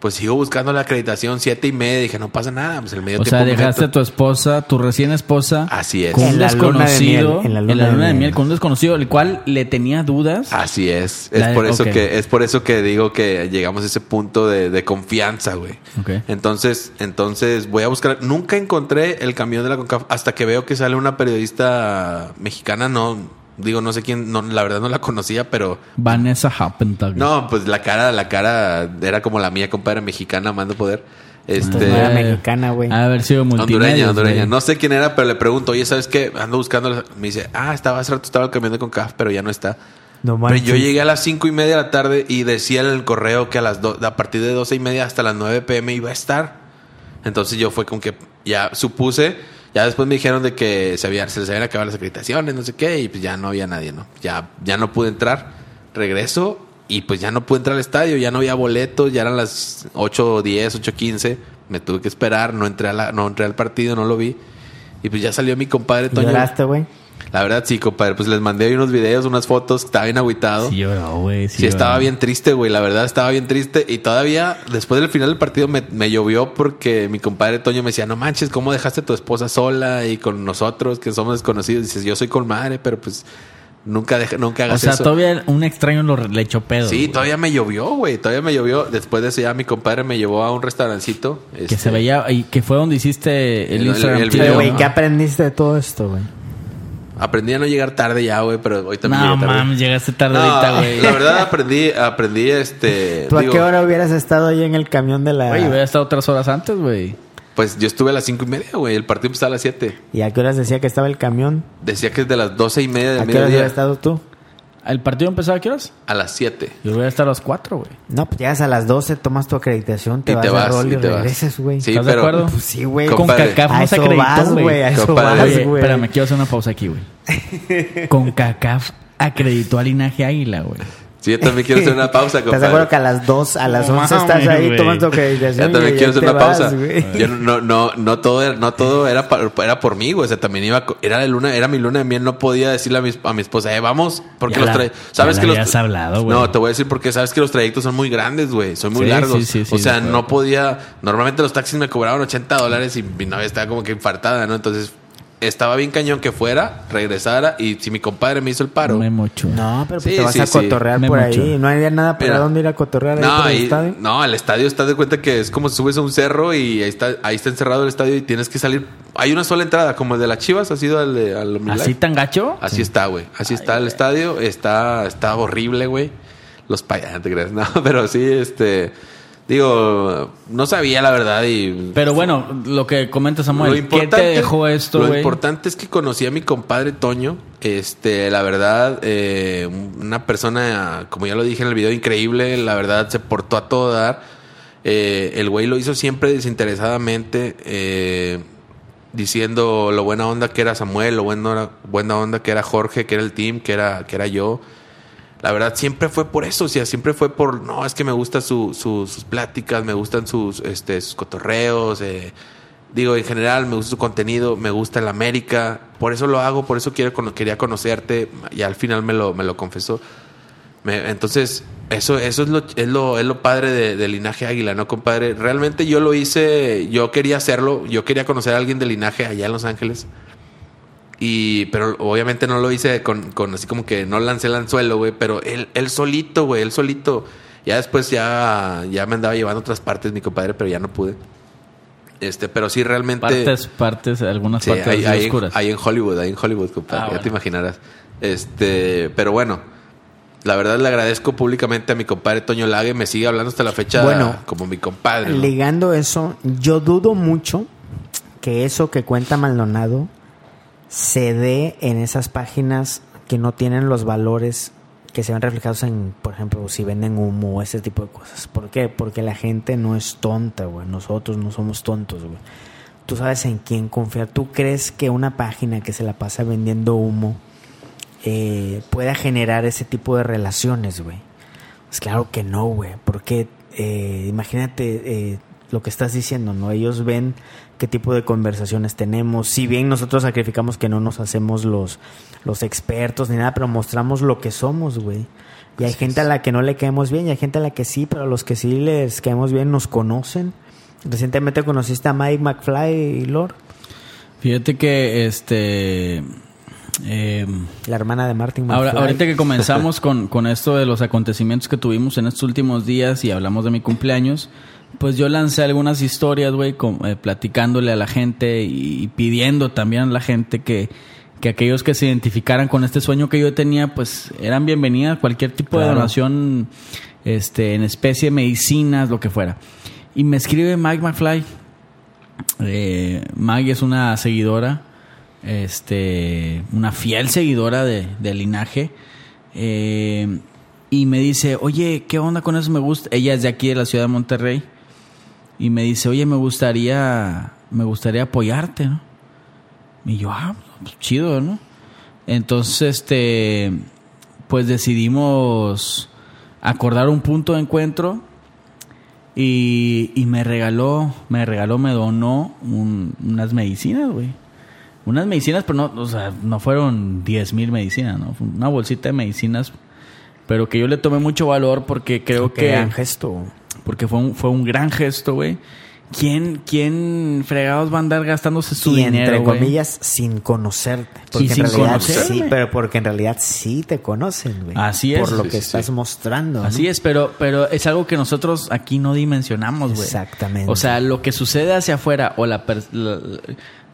B: Pues sigo buscando la acreditación siete y media. Dije, no pasa nada. Pues el medio
D: O
B: tiempo.
D: sea,
B: me
D: dejaste
B: meto".
D: a tu esposa, tu recién esposa.
B: Así es.
D: Con un
A: En la luna de miel,
D: desconocido. En la luna, de, miel. Con un desconocido, el cual le tenía dudas.
B: Así es. Es
D: La de-
B: por eso
D: ok.
B: que es por eso que digo que llegamos a ese punto de, de confianza, güey.
D: Ok.
B: Entonces, entonces voy a buscar. Nunca encontré el camión de la Concaf hasta que veo que sale una periodista mexicana. No digo, no sé quién. No, la verdad no la conocía, pero
D: Vanessa Happentag.
B: no, pues la cara, la cara era como la mía, compadre mexicana, mando poder. Este,
A: no era mexicana, güey.
D: Ha de haber sido multimedia.
B: Hondureña, hondureña. No sé quién era, pero le pregunto, oye, ¿sabes qué? Ando buscando. las-". Me dice, ah, estaba hace rato, estaba el camión de Concaf, pero ya no está.
A: No
B: Pero
A: manches.
B: yo llegué a las cinco y media de la tarde y decía en el correo que a las do- a partir de 12 y media hasta las 9 pm iba a estar. Entonces yo fue con que ya supuse, ya después me dijeron de que se, había- se les habían acabado las acreditaciones, no sé qué, y pues ya no había nadie, ¿no? Ya, ya no pude entrar, regreso y pues ya no pude entrar al estadio, ya no había boletos, ya eran las 8.10, 8.15, me tuve que esperar, no entré, a la- no entré al partido, no lo vi. Y pues ya salió mi compadre Toño.
A: Lloraste, güey.
B: La verdad, sí, compadre. Pues les mandé ahí unos videos, unas fotos. Estaba bien agüitado.
D: Sí,
B: Sí,
D: lloró, güey. Sí, lloró.
B: estaba bien triste, güey. La verdad, estaba bien triste. Y todavía, después del final del partido, me, me llovió porque mi compadre Toño me decía, no manches, ¿cómo dejaste a tu esposa sola y con nosotros que somos desconocidos? Dices, yo soy con madre, pero pues nunca, deja- nunca
D: O
B: hagas
D: sea,
B: eso.
D: todavía un extraño lo re- le echó pedo.
B: Sí,
D: güey.
B: todavía me llovió, güey. Todavía me llovió. Después de eso ya mi compadre me llevó a un restaurancito. este,
D: Que se veía. Y que fue donde hiciste el,
B: El-
D: Instagram.
B: el
D: chido,
B: video,
A: Pero, güey,
D: ¿no?
A: ¿qué aprendiste de todo esto, güey?
B: Aprendí a no llegar tarde ya, güey, pero hoy también
D: No,
B: llegué tarde.
D: mames, llegaste tarde
B: No,
D: ahorita, güey.
B: la verdad aprendí, aprendí este...
A: ¿Tú a
B: digo,
A: qué hora hubieras estado ahí en el camión de la...
D: Güey, hubiera estado otras horas antes, güey.
B: Pues yo estuve a las cinco y media, güey. El partido empezaba a las siete.
A: ¿Y a qué horas decía que estaba el camión?
B: Decía que es de las doce y media
A: ¿A
B: del
A: qué horas hubieras
B: mediodía
A: estado tú?
D: ¿El partido empezaba a qué horas?
B: a las siete.
D: Yo hubiera estado a las 4, güey.
A: No, pues llegas a las 12, tomas tu acreditación, te
B: Y
A: vas
B: te
A: a
B: vas,
A: rol y,
B: y te vas.
A: regresas, güey.
B: Sí,
D: ¿Estás de
B: pero
D: acuerdo?
A: Pues sí, güey.
B: Con
D: Con
B: Compadre.
D: CACAF
A: A
D: no se
A: eso
D: acreditó,
A: vas, güey. A
D: güey.
A: eso
B: Compadre.
A: vas,
D: Oye,
A: güey.
D: espérame, quiero hacer una pausa aquí, güey. Con CACAF acreditó al linaje águila, güey.
B: Sí, yo también quiero hacer una pausa,
A: ¿Estás de acuerdo que
B: compadre.
A: a las 2, a las
D: No
A: 11 estás
D: mames,
A: ahí,
D: güey.
A: tomas tu acreditación?
B: Yo también
A: y
B: quiero
A: ahí
B: hacer
A: te
B: una
A: vas,
B: pausa.
A: güey.
B: Yo no, no, no todo era, no todo era, pa- era por mí, güey. O sea, también iba, co- era la luna, era mi luna de miel. No podía decirle a mi, a mi esposa, eh, vamos, porque
D: Ya
B: los
D: la-
B: trae.
D: ya
B: Sabes
D: la
B: que los.
D: habías hablado, güey.
B: No, te voy a decir porque sabes que los trayectos son muy grandes, güey. Son muy
D: Sí,
B: largos.
D: sí, sí, sí,
B: o sea,
D: de acuerdo.
B: no podía. Normalmente los taxis me cobraban 80 dólares y mi novia estaba como que infartada, ¿no? Entonces estaba bien cañón que fuera, regresara y si mi compadre me hizo el paro.
D: Me mocho.
A: No, pero pues
B: Sí,
A: te vas
B: sí,
A: a
B: sí.
A: cotorrear
D: Me
A: por
D: mucho.
A: ahí. No había nada para
B: Mira.
A: dónde ir a cotorrear ahí
B: No,
A: por el
B: y-
A: estadio.
B: no, el estadio estás de cuenta que es como si subes a un cerro y ahí está, ahí está encerrado el estadio y tienes que salir. Hay una sola entrada, como el de las Chivas, ha sido al de al Omnilife.
D: ¿Así tan gacho?
B: Así está, güey. Así está el estadio, está, está horrible, güey. Los payas, no te creas, no, pero sí, este, digo, no sabía la verdad y
D: Pero bueno, lo que comenta
B: lo
D: Samuel, ¿qué te
B: importante,
D: dejó esto,
B: Lo
D: güey?
B: importante es que conocí a mi compadre Toño. Este, la verdad, eh, una persona, como ya lo dije en el video, increíble. La verdad, se portó a todo dar. Eh, el güey lo hizo siempre desinteresadamente, eh, diciendo lo buena onda que era Samuel, lo buena, buena onda que era Jorge, que era el team, que era, que era yo. La verdad, siempre fue por eso, o sea, siempre fue por, no, es que me gustan su- su- sus pláticas, me gustan sus, este, sus cotorreos, eh, Digo, en general, me gusta tu contenido, me gusta el América, por eso lo hago, por eso quiero, cono- quería conocerte, y al final me lo, me lo confesó. Me- entonces, eso, eso es lo, es lo, es lo padre de, de linaje águila, ¿no, compadre? Realmente yo lo hice, yo quería hacerlo, yo quería conocer a alguien de linaje allá en Los Ángeles. Y, pero obviamente no lo hice con, con así como que no lancé el anzuelo, güey, pero él, él solito, güey, él solito. Ya después ya, ya me andaba llevando a otras partes, mi compadre, pero ya no pude. Este, pero sí realmente.
D: Partes, partes, algunas
B: Sí,
D: partes
B: ahí, ahí en-
D: oscuras.
B: ahí en Hollywood, ahí en Hollywood, compadre,
D: Ah,
B: ya
D: bueno.
B: te imaginarás. Este, pero bueno, la verdad le agradezco públicamente a mi compadre Toño Lague, me sigue hablando hasta la fecha
A: Bueno,
B: como mi compadre. ¿no?
A: Ligando eso, yo dudo mucho que eso que cuenta Maldonado se dé en esas páginas que no tienen los valores que se ven reflejados en, por ejemplo, si venden humo o ese tipo de cosas. ¿Por qué? Porque la gente no es tonta, güey. Nosotros no somos tontos, güey. Tú sabes en quién confiar. ¿Tú crees que una página que se la pasa vendiendo humo eh, pueda generar ese tipo de relaciones, güey? Pues claro que no, güey. Porque eh, imagínate eh, lo que estás diciendo, ¿no? Ellos ven qué tipo de conversaciones tenemos. Si bien nosotros sacrificamos que no nos hacemos los, los expertos ni nada, pero mostramos lo que somos, güey. Y hay gente a la que no le caemos bien y hay gente a la que sí, pero a los que sí les caemos bien nos conocen. Recientemente conociste a Mike McFly y Lord,
D: Fíjate que este. em,
A: la hermana de Martin McFly.
D: Ahora, ahorita que comenzamos con, con esto de los acontecimientos que tuvimos en estos últimos días y hablamos de mi cumpleaños, pues yo lancé algunas historias, güey, con- eh, platicándole a la gente y, y pidiendo también a la gente que, que aquellos que se identificaran con este sueño que yo tenía, pues eran bienvenidas a cualquier tipo de
A: Claro.
D: donación este, en especie, medicinas, lo que fuera. Y me escribe Mike McFly, eh, Maggie es una seguidora, este, una fiel seguidora de, de linaje. eh, y me dice, oye, ¿qué onda con eso? Me gusta. Ella es de aquí, de la ciudad de Monterrey. Y me dice, oye, me gustaría, me gustaría apoyarte, ¿no? Y yo, ah, pues, chido, ¿no? Entonces, este, pues decidimos acordar un punto de encuentro y, y me regaló, me regaló, me donó un- unas medicinas, güey. Unas medicinas, pero no, o sea, no fueron 10 mil medicinas, ¿no? Fue una bolsita de medicinas, pero que yo le tomé mucho valor porque creo
A: Qué gran
D: que
A: gesto.
D: porque fue un, fue un gran gesto, güey. ¿Quién, ¿Quién fregados va a andar gastándose su
A: y
D: dinero,
A: entre
D: güey?
A: comillas, sin conocerte. Porque en
D: sin
A: realidad
D: conocerme.
A: sí, pero porque en realidad sí te conocen, güey.
D: Así es.
A: Por lo
D: Sí,
A: que
B: sí,
A: estás
B: sí.
A: mostrando. ¿no?
D: Así es, pero, pero es algo que nosotros aquí no dimensionamos, güey.
A: Exactamente.
D: O sea, lo que sucede hacia afuera o la, per- la- la-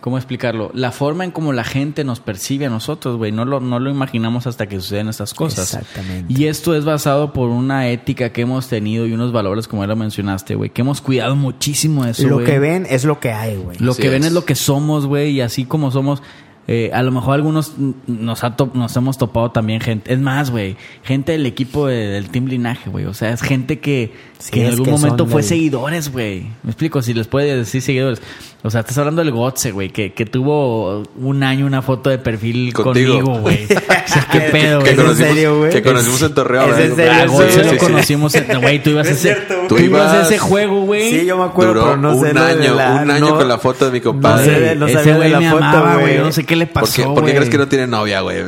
D: ¿Cómo explicarlo? La forma en cómo la gente nos percibe a nosotros, güey. No lo, no lo imaginamos hasta que suceden estas cosas.
A: Exactamente.
D: Y esto es basado por una ética que hemos tenido y unos valores, como ya lo mencionaste, güey. Que hemos cuidado muchísimo eso,
A: lo
D: güey.
A: que ven es lo que hay, güey.
D: Lo
B: Así
D: que ven
B: es.
D: es lo que somos, güey, y así como somos. eh, a lo mejor algunos n- nos, ha top- nos hemos topado también gente. Es más, güey, gente del equipo de- del Team Linaje, güey. O sea, es gente que,
A: Sí,
D: que en
A: es
D: algún
A: que son
D: momento fue
A: del-
D: seguidores, güey. Me explico, si les puedes decir seguidores. O sea, estás hablando del Gotze, güey, que, que tuvo un año una foto de perfil
B: Contigo.
D: conmigo, güey. O sea, qué pedo,
B: que
D: güey.
A: ¿Es en
B: conocimos-
A: serio, güey?
B: que conocimos en Torreón,
A: ¿Es
B: ¿eh,
A: en
B: compadre?
D: Ah,
A: serio?
B: Sí,
D: Gotze
B: sí,
D: lo
B: sí, sí.
D: conocimos. en- Güey, tú ibas a
A: Es
D: ese,
A: cierto, güey.
D: tú
B: Tú
D: ibas a
B: ibas-
D: ese juego, güey.
A: Sí, yo me acuerdo,
B: Duró
A: pero no sé
B: un
A: lo de
B: año,
A: la-
B: un año
A: no-
B: con la foto de mi
A: No
B: compadre.
A: sé, de- no
D: Ese
A: sabía
D: güey
A: de
D: me
A: la
D: amaba,
A: foto,
D: güey.
A: güey.
D: No sé qué le
B: ¿Por qué,
D: pasó,
B: por qué crees
D: güey?
B: que no tiene novia, güey?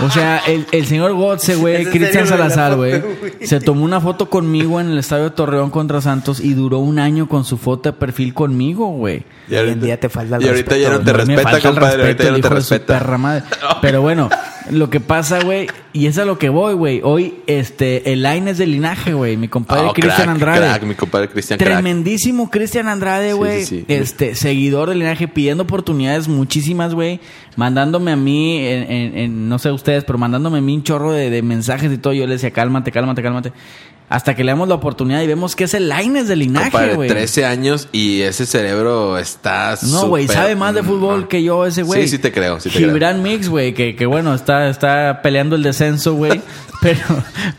D: O sea, el, el señor Gotze, güey,
A: ¿Es en
D: Cristian
A: serio lo de la
D: Salazar,
A: foto,
D: güey,
A: güey?
D: se tomó una foto conmigo en el estadio de Torreón contra Santos y duró un año con su foto de perfil conmigo, güey.
B: Y
A: Hoy en día te falta el
B: Y ahorita ya
A: respeto,
B: no te
D: A mí me
B: respeta,
D: falta el
B: compadre.
D: respeto,
B: Ahorita ya
D: el
B: no te
D: hijo de su perra
B: respeta.
D: madre. Pero bueno, lo que pasa, güey, y es a lo que voy, güey. Hoy, este, el line es de linaje, güey. Mi compadre
B: Oh,
D: Cristian
B: crack,
D: Andrade.
B: crack, mi compadre Cristian, crack.
D: Tremendísimo Cristian Andrade,
B: Sí,
D: güey.
B: sí, sí.
D: Este, seguidor del linaje, pidiendo oportunidades muchísimas, güey. Mandándome a mí, en, en- en- no sé ustedes, pero mandándome a mí un chorro de, de mensajes y todo. Yo le decía, cálmate, cálmate, cálmate. Hasta que le damos la oportunidad y vemos que es el line es de linaje,
B: Compadre,
D: güey.
B: 13 años y ese cerebro está
D: No, güey,
B: súper-
D: sabe más de fútbol
B: Mm,
D: que yo ese güey.
B: Sí, sí te creo, sí te creo.
D: Gibran Mix, güey, que, que bueno, está, está peleando el descenso, güey. pero,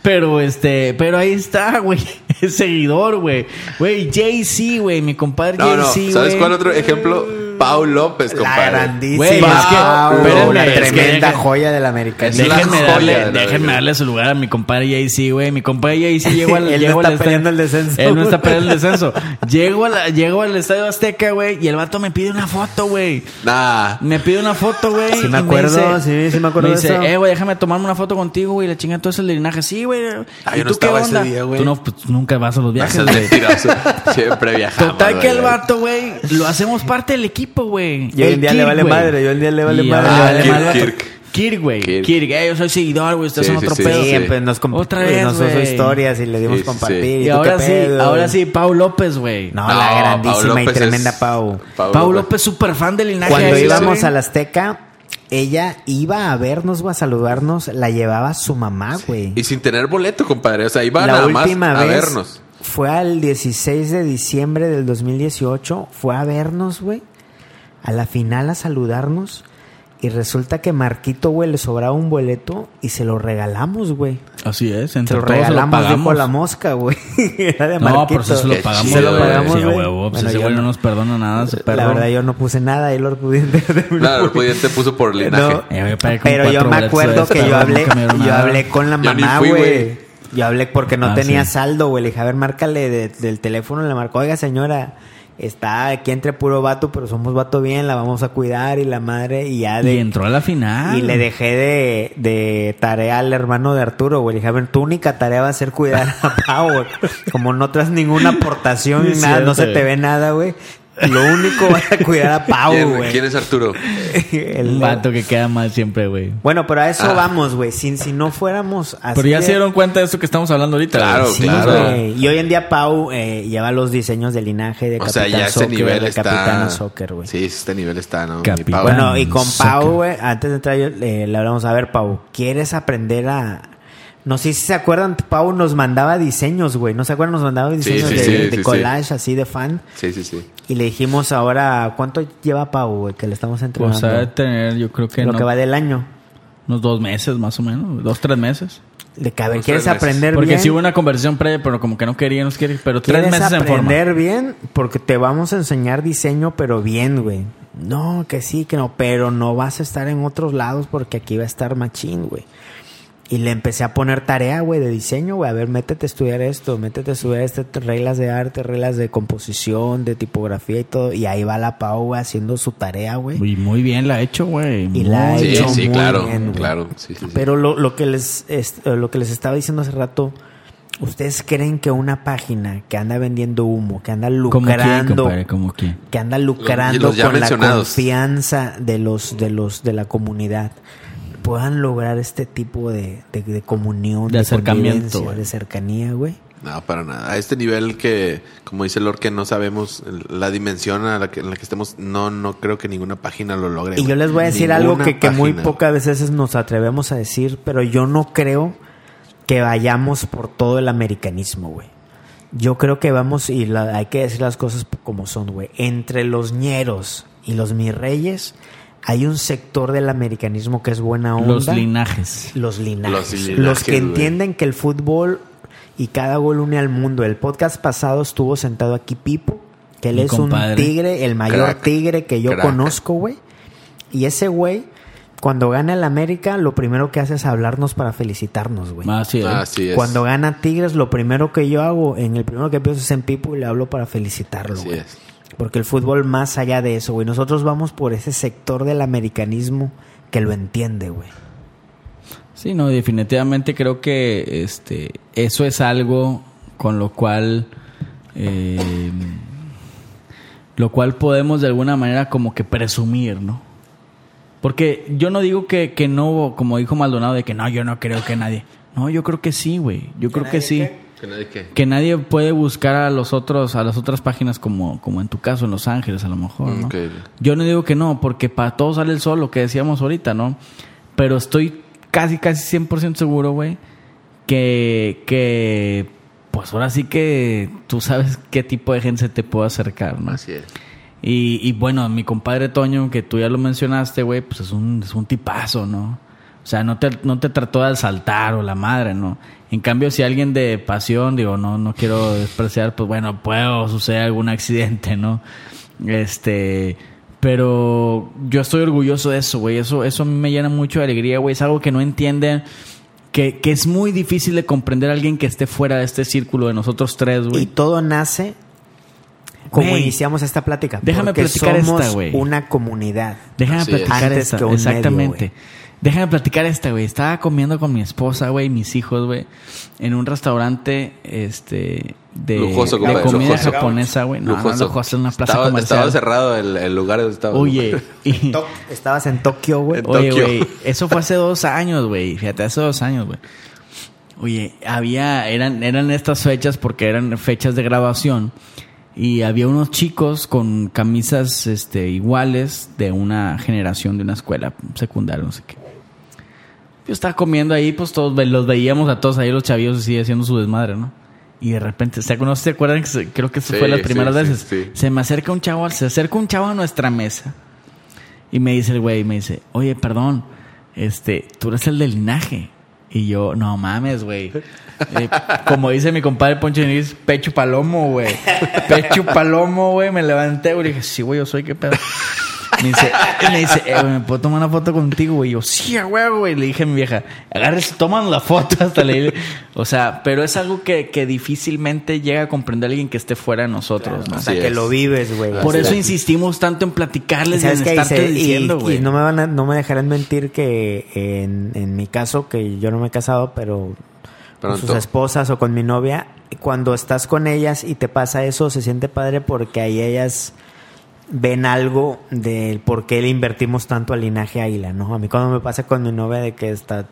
D: pero este, pero ahí está, güey. Es seguidor, güey. Güey, Jay-Z, güey, mi compadre
B: No, no,
D: Jay-Z,
B: ¿sabes
D: güey.
B: cuál otro ejemplo? Pau López,
A: La
B: compadre.
A: grandísima.
D: Güey, es que-
A: Pau,
D: espérenme,
A: Ah, una
D: es que
A: tremenda
D: dejen-
A: joya del América.
B: Es la
D: Déjenme
B: joya de
D: darle,
B: la
D: déjenme
B: verga.
D: darle su lugar a mi compadre Jay-Z, güey. Mi compadre Jay-Z llegó al
A: Él no
D: llegó
A: está
D: al estadio-
A: peleando el descenso,
D: Él no está
A: güey.
D: peleando el descenso. Llego, a la- llego al estadio Azteca, güey, y el vato me pide una foto, güey.
B: Nah.
D: Me pide una foto, güey.
A: Sí me
D: y
A: acuerdo, sí, sí me acuerdo
D: Me
A: de
D: dice,
A: eso.
D: eh, güey, déjame tomarme una foto contigo, güey. La chinga, todo ese linaje. Sí, güey.
B: Ah,
D: ¿Y
B: yo no
D: tú qué
B: estaba ese
D: onda?
B: día, güey.
D: Tú no, pues, nunca vas a los
B: No
D: viajes,
B: seas
D: güey.
B: mentiroso. Siempre viajamos.
D: Total que
B: güey.
D: el vato, güey, lo hacemos parte del equipo, güey.
A: Y hoy en
D: El
A: día le
D: Kirk,
A: vale
D: güey.
A: madre, y hoy en día le vale
D: Y
A: madre,
D: ahora
B: le
D: le
B: vale
D: vale
B: madre.
D: madre. Kirk, güey.
B: Ah, Kirk.
D: Kirk, eh, yo soy seguidor, güey. Estás
B: Sí,
D: en
B: sí,
D: otro
B: sí,
D: pedo.
B: sí.
A: Siempre pues nos, comp-
D: Otra vez,
A: nos hizo
D: güey.
A: historias y le dimos
B: Sí, sí,
A: compartir.
B: sí.
A: ¿Y
D: Y
A: tú
D: ahora
A: qué
D: sí,
A: pedo?
D: ahora sí, Pau López, güey.
A: No, la
B: No,
A: grandísima
B: Pau
A: y
B: López
A: tremenda
B: es-
A: Pau.
B: Pau
D: Pau
B: López.
D: López, súper fan del linaje.
A: Cuando
D: Sí,
A: íbamos
D: sí.
A: a la Azteca, ella iba a vernos o a saludarnos, la llevaba su mamá, güey.
B: Y sin tener boleto, compadre. O sea, iba
A: La
B: nada más
A: última
B: a
A: vez
B: vernos.
A: fue al 16 de diciembre del 2018, fue a vernos, güey, a la final a saludarnos. Y resulta que Marquito, güey, le sobraba un boleto y se lo regalamos, güey.
D: Así es,
A: Se
D: entre
A: lo
D: todos se lo
A: regalamos, dijo
D: pagamos.
A: la mosca, güey. Era de
D: no, pero
A: Marquito.
D: eso se lo
B: Qué
D: pagamos.
B: chido,
D: güey.
B: Se lo pagamos,
D: Sí, a
A: güey.
D: huevo. Pues
A: Bueno,
D: ese
A: yo
D: güey no
A: no-
D: nos perdona nada, ese Ah, perro.
A: La verdad, yo no puse nada y lo pudiente.
B: Claro, el pudiente puso por linaje.
A: No.
D: Eh, güey, pagué como
A: Pero yo
D: cuatro
A: me
D: boletos
A: acuerdo
D: de
A: que yo
D: Star,
A: hablé,
D: nunca me dieron
A: yo
D: nada.
A: hablé con la
B: Yo ni
A: mamá,
B: fui,
A: güey.
B: güey.
A: Yo hablé porque no
D: Ah,
A: tenía
D: sí.
A: saldo, güey. Le dije, a ver, márcale de- del teléfono. Le marcó, oiga, señora, está aquí entre puro vato, pero somos vato bien, la vamos a cuidar y la madre. Y ya Ah, de.
D: Y entró a la final.
A: y le dejé de, de tarea al hermano de Arturo, güey. Le dije, a ver, tu única tarea va a ser cuidar a Pau, güey. Como no traes ninguna aportación,
D: Sí,
A: nada, no se
D: cierto,
A: te ve nada, güey. Lo único va a cuidar a Pau,
B: ¿Quién,
A: güey.
B: quién es Ah. Arturo?
A: El-
D: Un vato que queda mal siempre, güey.
A: bueno, pero a eso vamos, güey. Si, si no fuéramos así.
D: Pero ya
A: de-
D: se dieron cuenta de esto que estamos hablando ahorita.
B: Claro,
D: güey.
A: Sí,
B: claro.
A: güey. Y hoy en día Pau eh, lleva los diseños de linaje de
B: O sea,
A: Capitán
B: ya este
A: Soccer,
B: nivel
A: de
B: está.
A: Capitana Soccer, güey.
B: Sí, este nivel está, ¿no? Mi
D: Capitán.
B: Pau.
A: Bueno, y con
D: Soccer.
A: Pau, güey, antes de entrar, yo, eh, le hablamos, a ver, Pau, ¿quieres aprender a...? No sé si se acuerdan, Pau nos mandaba diseños, güey. ¿No se acuerdan? Nos mandaba diseños
B: sí,
A: de,
B: sí,
A: de
B: sí, sí.
A: collage, así de fan.
B: Sí, sí, sí.
A: Y le dijimos ahora, ¿cuánto lleva Pau, güey? Que le estamos
D: Pues
A: entrenando.
D: ha de tener, yo creo que,
A: Lo
D: no-
A: que va del año.
D: unos dos meses más o menos, dos, tres meses.
A: De que, a ver,
B: Unos
A: ¿quieres
B: tres meses.
A: aprender
D: Porque
A: bien?
D: sí hubo una conversación previa, pero como que no quería, no quería, pero tres
A: ¿Quieres
D: meses en forma.
A: aprender bien? Porque te vamos a enseñar diseño, pero bien, güey. No, que sí, que no, pero no vas a estar en otros lados porque aquí va a estar machín, güey. Y le empecé a poner tarea, güey, de diseño, güey. A ver, métete a estudiar esto, métete a estudiar estas reglas de arte, reglas de composición, de tipografía y todo. Y ahí va la Pau, güey, haciendo su tarea, güey.
D: Y muy bien la ha hecho, güey.
A: Y la ha
D: Muy
B: Sí,
A: hecho
B: sí,
A: muy
B: claro,
A: bien, güey.
B: claro, sí, sí, sí.
A: Pero lo, lo que les es- eh, lo que les estaba diciendo hace rato, ¿ustedes creen que una página que anda vendiendo humo, que anda
D: Como quién,
A: lucrando,
D: compadre, como quién.
A: que anda lucrando
B: los ya
A: con la
B: mencionados.
A: confianza de los de los de la comunidad, puedan lograr este tipo de, de- de comunión,
D: De acercamiento,
A: convivencia,
D: güey.
A: de cercanía, güey?
B: No, para nada. A este nivel que, como dice Lord, que no sabemos el- la dimensión a la que, en la que estemos, no, no creo que ninguna página lo logre.
A: Y yo
B: güey.
A: les voy a decir algo
B: Ninguna
A: que, que muy
B: página.
A: pocas veces nos atrevemos a decir, pero yo no creo que vayamos por todo el americanismo, güey. Yo creo que vamos, y la- hay que decir las cosas como son, güey. Entre los ñeros y los mis reyes, hay un sector del americanismo que es buena onda.
D: Los linajes.
A: Los linajes.
B: Los
A: Los,
B: linajes,
A: que
B: güey.
A: entienden que el fútbol y cada gol une al mundo. El podcast pasado estuvo sentado aquí Pipo, que él
D: Mi
A: es
D: compadre.
A: un tigre, el mayor
B: Crack.
A: tigre que yo
B: Crack.
A: conozco, güey. Y ese güey, cuando gana el América, lo primero que hace es hablarnos para felicitarnos, güey.
D: Así es.
B: Ah, Así es.
A: Cuando gana Tigres, lo primero que yo hago, en el primero que pienso es en Pipo y le hablo para felicitarlo,
B: Así
A: güey.
B: es.
A: Porque el fútbol más allá de eso, güey. Nosotros vamos por ese sector del americanismo que lo entiende, güey.
D: Sí, no, definitivamente creo que este eso es algo con lo cual eh, lo cual podemos de alguna manera como que presumir, ¿no? Porque yo no digo que, que no, como dijo Maldonado, de que no, yo no creo que nadie. No, yo creo que sí, güey. Yo creo que sí.
B: Que nadie que-
D: Que nadie puede buscar a los otros, a las otras páginas como, como en tu caso, en Los Ángeles, a lo mejor, ¿no?
B: Mm, Ok.
D: Yo no digo que no, porque para todos sale el sol, lo que decíamos ahorita, ¿no? Pero estoy casi, casi 100% seguro, güey, que, que, pues ahora sí que tú sabes qué tipo de gente se te puede acercar, ¿no?
B: Así es.
D: Y, y bueno, mi compadre Toño, que tú ya lo mencionaste, güey, pues es un, es un tipazo, ¿no? O sea, no te, no te trató de asaltar o la madre, ¿no? En cambio, si alguien de pasión, digo, no, no quiero despreciar, pues bueno, puedo suceder algún accidente, ¿no? Este, Pero yo estoy orgulloso de eso, güey. Eso, eso a mí me llena mucho de alegría, güey. Es algo que no entienden. Que, que es muy difícil de comprender a alguien que esté fuera de este círculo de nosotros tres,
A: Y
D: güey.
A: todo nace como
D: Güey,
A: iniciamos esta plática.
D: déjame
A: porque
D: platicar esta,
A: somos
D: güey.
A: una comunidad.
D: Déjame
B: Así es.
D: platicar
A: Antes
D: esta,
A: que un medio,
D: exactamente.
A: güey.
D: Déjame platicar esta, güey. Estaba comiendo con mi esposa, güey, y mis hijos, güey, en un restaurante este de,
B: Lujoso,
D: de
B: compadre,
D: comida
B: lujoso.
D: japonesa, güey. No, Ah, no, lujoso, en una plaza
B: estaba,
D: comercial.
B: Estaba cerrado el, el lugar donde estaba.
D: Oye, y,
A: To- Estabas en Tokio, güey.
B: En
D: Oye,
B: Tokio.
D: güey, eso fue hace dos años, güey. Fíjate, hace dos años, güey. Oye, había, eran, eran estas fechas porque eran fechas de grabación. Y había unos chicos con camisas este, iguales de una generación de una escuela secundaria, no sé qué. Yo estaba comiendo ahí, pues todos ve- los veíamos a todos ahí, los chavillos así haciendo su desmadre, ¿no? Y de repente, ¿se acuerdan? ¿No se acuerdan? que se- Creo que eso
B: Sí,
D: fue las
B: sí,
D: primeras
B: sí,
D: veces.
B: sí.
D: Se me acerca un chavo, se acerca un chavo a nuestra mesa. Y me dice el güey, me dice, oye, perdón, este, tú eres el del linaje. Y yo, no mames, güey. Eh, como dice mi compadre Poncho de Nigris, pecho palomo, güey. Pecho palomo, güey. Me levanté, güey. y Dije, sí, güey, yo soy, qué pedo. Me dice, me dice, eh, güey, ¿me puedo tomar una foto contigo, güey? Y yo, sí, a huevo, güey. Le dije a mi vieja, agarres, toman la foto hasta le O sea, pero es algo que, que difícilmente llega a comprender alguien que esté fuera de nosotros, ¿no?
A: O sea,
B: Así
A: que
B: es.
A: lo vives, güey.
D: Por
A: Así
D: eso
A: es.
D: insistimos tanto en platicarles y en
A: ¿Sabes qué? Y
D: estarte
A: se- y-
D: diciendo,
A: y,
D: güey.
A: no me van a, no me dejarán mentir que en, en mi caso, que yo no me he casado, pero con
B: Pronto.
A: sus esposas o con mi novia, cuando estás con ellas y te pasa eso, se siente padre porque ahí ellas ven algo del por qué le invertimos tanto al linaje águila, ¿no? A mí cuando me pasa con mi novia de que está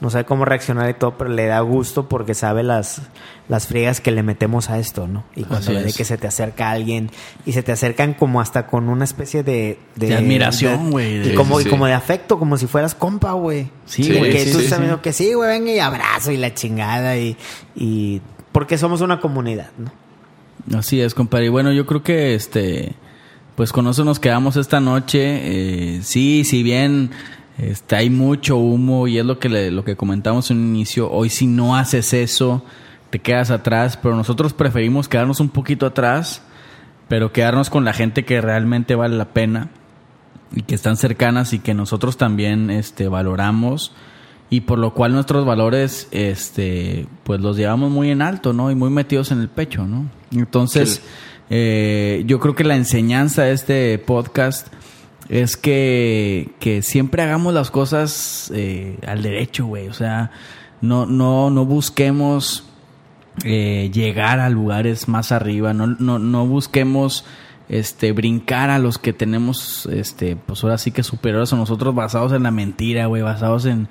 A: no sabe cómo reaccionar y todo, pero le da gusto porque sabe las, las friegas que le metemos a esto, ¿no? Y cuando
D: Así
A: ve de
D: es.
A: que se te acerca alguien y se te acercan como hasta con una especie de...
D: De admiración,
A: de-
D: güey, de-
A: Y, como,
B: Sí.
A: y como de afecto, como si fueras compa, güey.
D: Sí,
B: Sí,
A: Porque
B: güey,
A: tú
B: sí,
A: estás
D: sí.
A: viendo que sí, güey, venga y abrazo y la chingada y... y porque somos una comunidad, ¿no?
D: Así es, compadre. Y bueno, yo creo que este, pues con eso nos quedamos esta noche. Eh, sí, si bien este, hay mucho humo y es lo que, le- lo que comentamos en un inicio, hoy si no haces eso, te quedas atrás, pero nosotros preferimos quedarnos un poquito atrás, pero quedarnos con la gente que realmente vale la pena y que están cercanas y que nosotros también este, valoramos y por lo cual nuestros valores este pues los llevamos muy en alto no y muy metidos en el pecho no entonces eh, yo creo que la enseñanza de este podcast es que, que siempre hagamos las cosas eh, al derecho güey o sea no no no busquemos eh, llegar a lugares más arriba, no, no, no busquemos este brincar a los que tenemos este pues ahora sí que superiores a nosotros basados en la mentira, güey, basados en,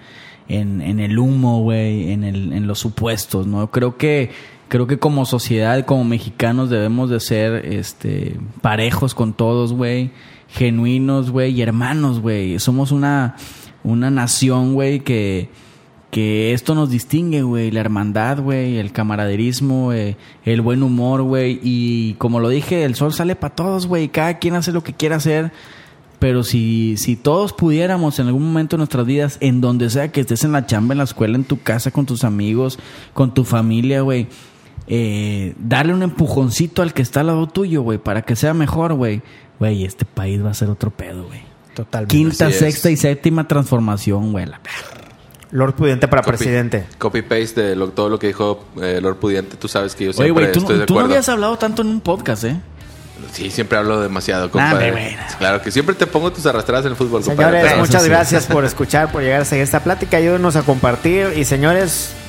D: en, en el humo, güey, en, el- en los supuestos, ¿no? Creo que creo que como sociedad, como mexicanos debemos de ser este parejos con todos, güey, genuinos, güey, y hermanos, güey. Somos una una nación, güey, que que esto nos distingue, güey, la hermandad, güey, el camaraderismo, güey, el buen humor, güey, y como lo dije, el sol sale para todos, güey, cada quien hace lo que quiera hacer, pero si, si todos pudiéramos en algún momento de nuestras vidas, en donde sea que estés en la chamba, en la escuela, en tu casa, con tus amigos, con tu familia, güey, eh, darle un empujoncito al que está al lado tuyo, güey, para que sea mejor, güey, güey, este país va a ser otro pedo, güey.
A: Totalmente.
D: Quinta,
B: Así es.
D: sexta y séptima transformación, güey. la verga.
A: Lord Pudiente para presidente.
B: Copy paste de lo- todo lo que dijo eh, Lord Pudiente. Tú sabes que yo
D: Oye,
B: siempre
D: güey, tú, no-
B: estoy de
D: tú no
B: acuerdo.
D: habías hablado tanto en un podcast, ¿eh?
B: Sí, siempre hablo demasiado,
D: hombre,
B: compadre.
D: güey, no.
B: Claro que siempre te pongo tus arrastradas en el fútbol, compadre.
A: Señores,
B: Pero-
A: muchas
D: sí.
A: gracias por escuchar, por llegar a seguir esta plática. Ayúdenos a compartir. Y señores,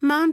E: Mom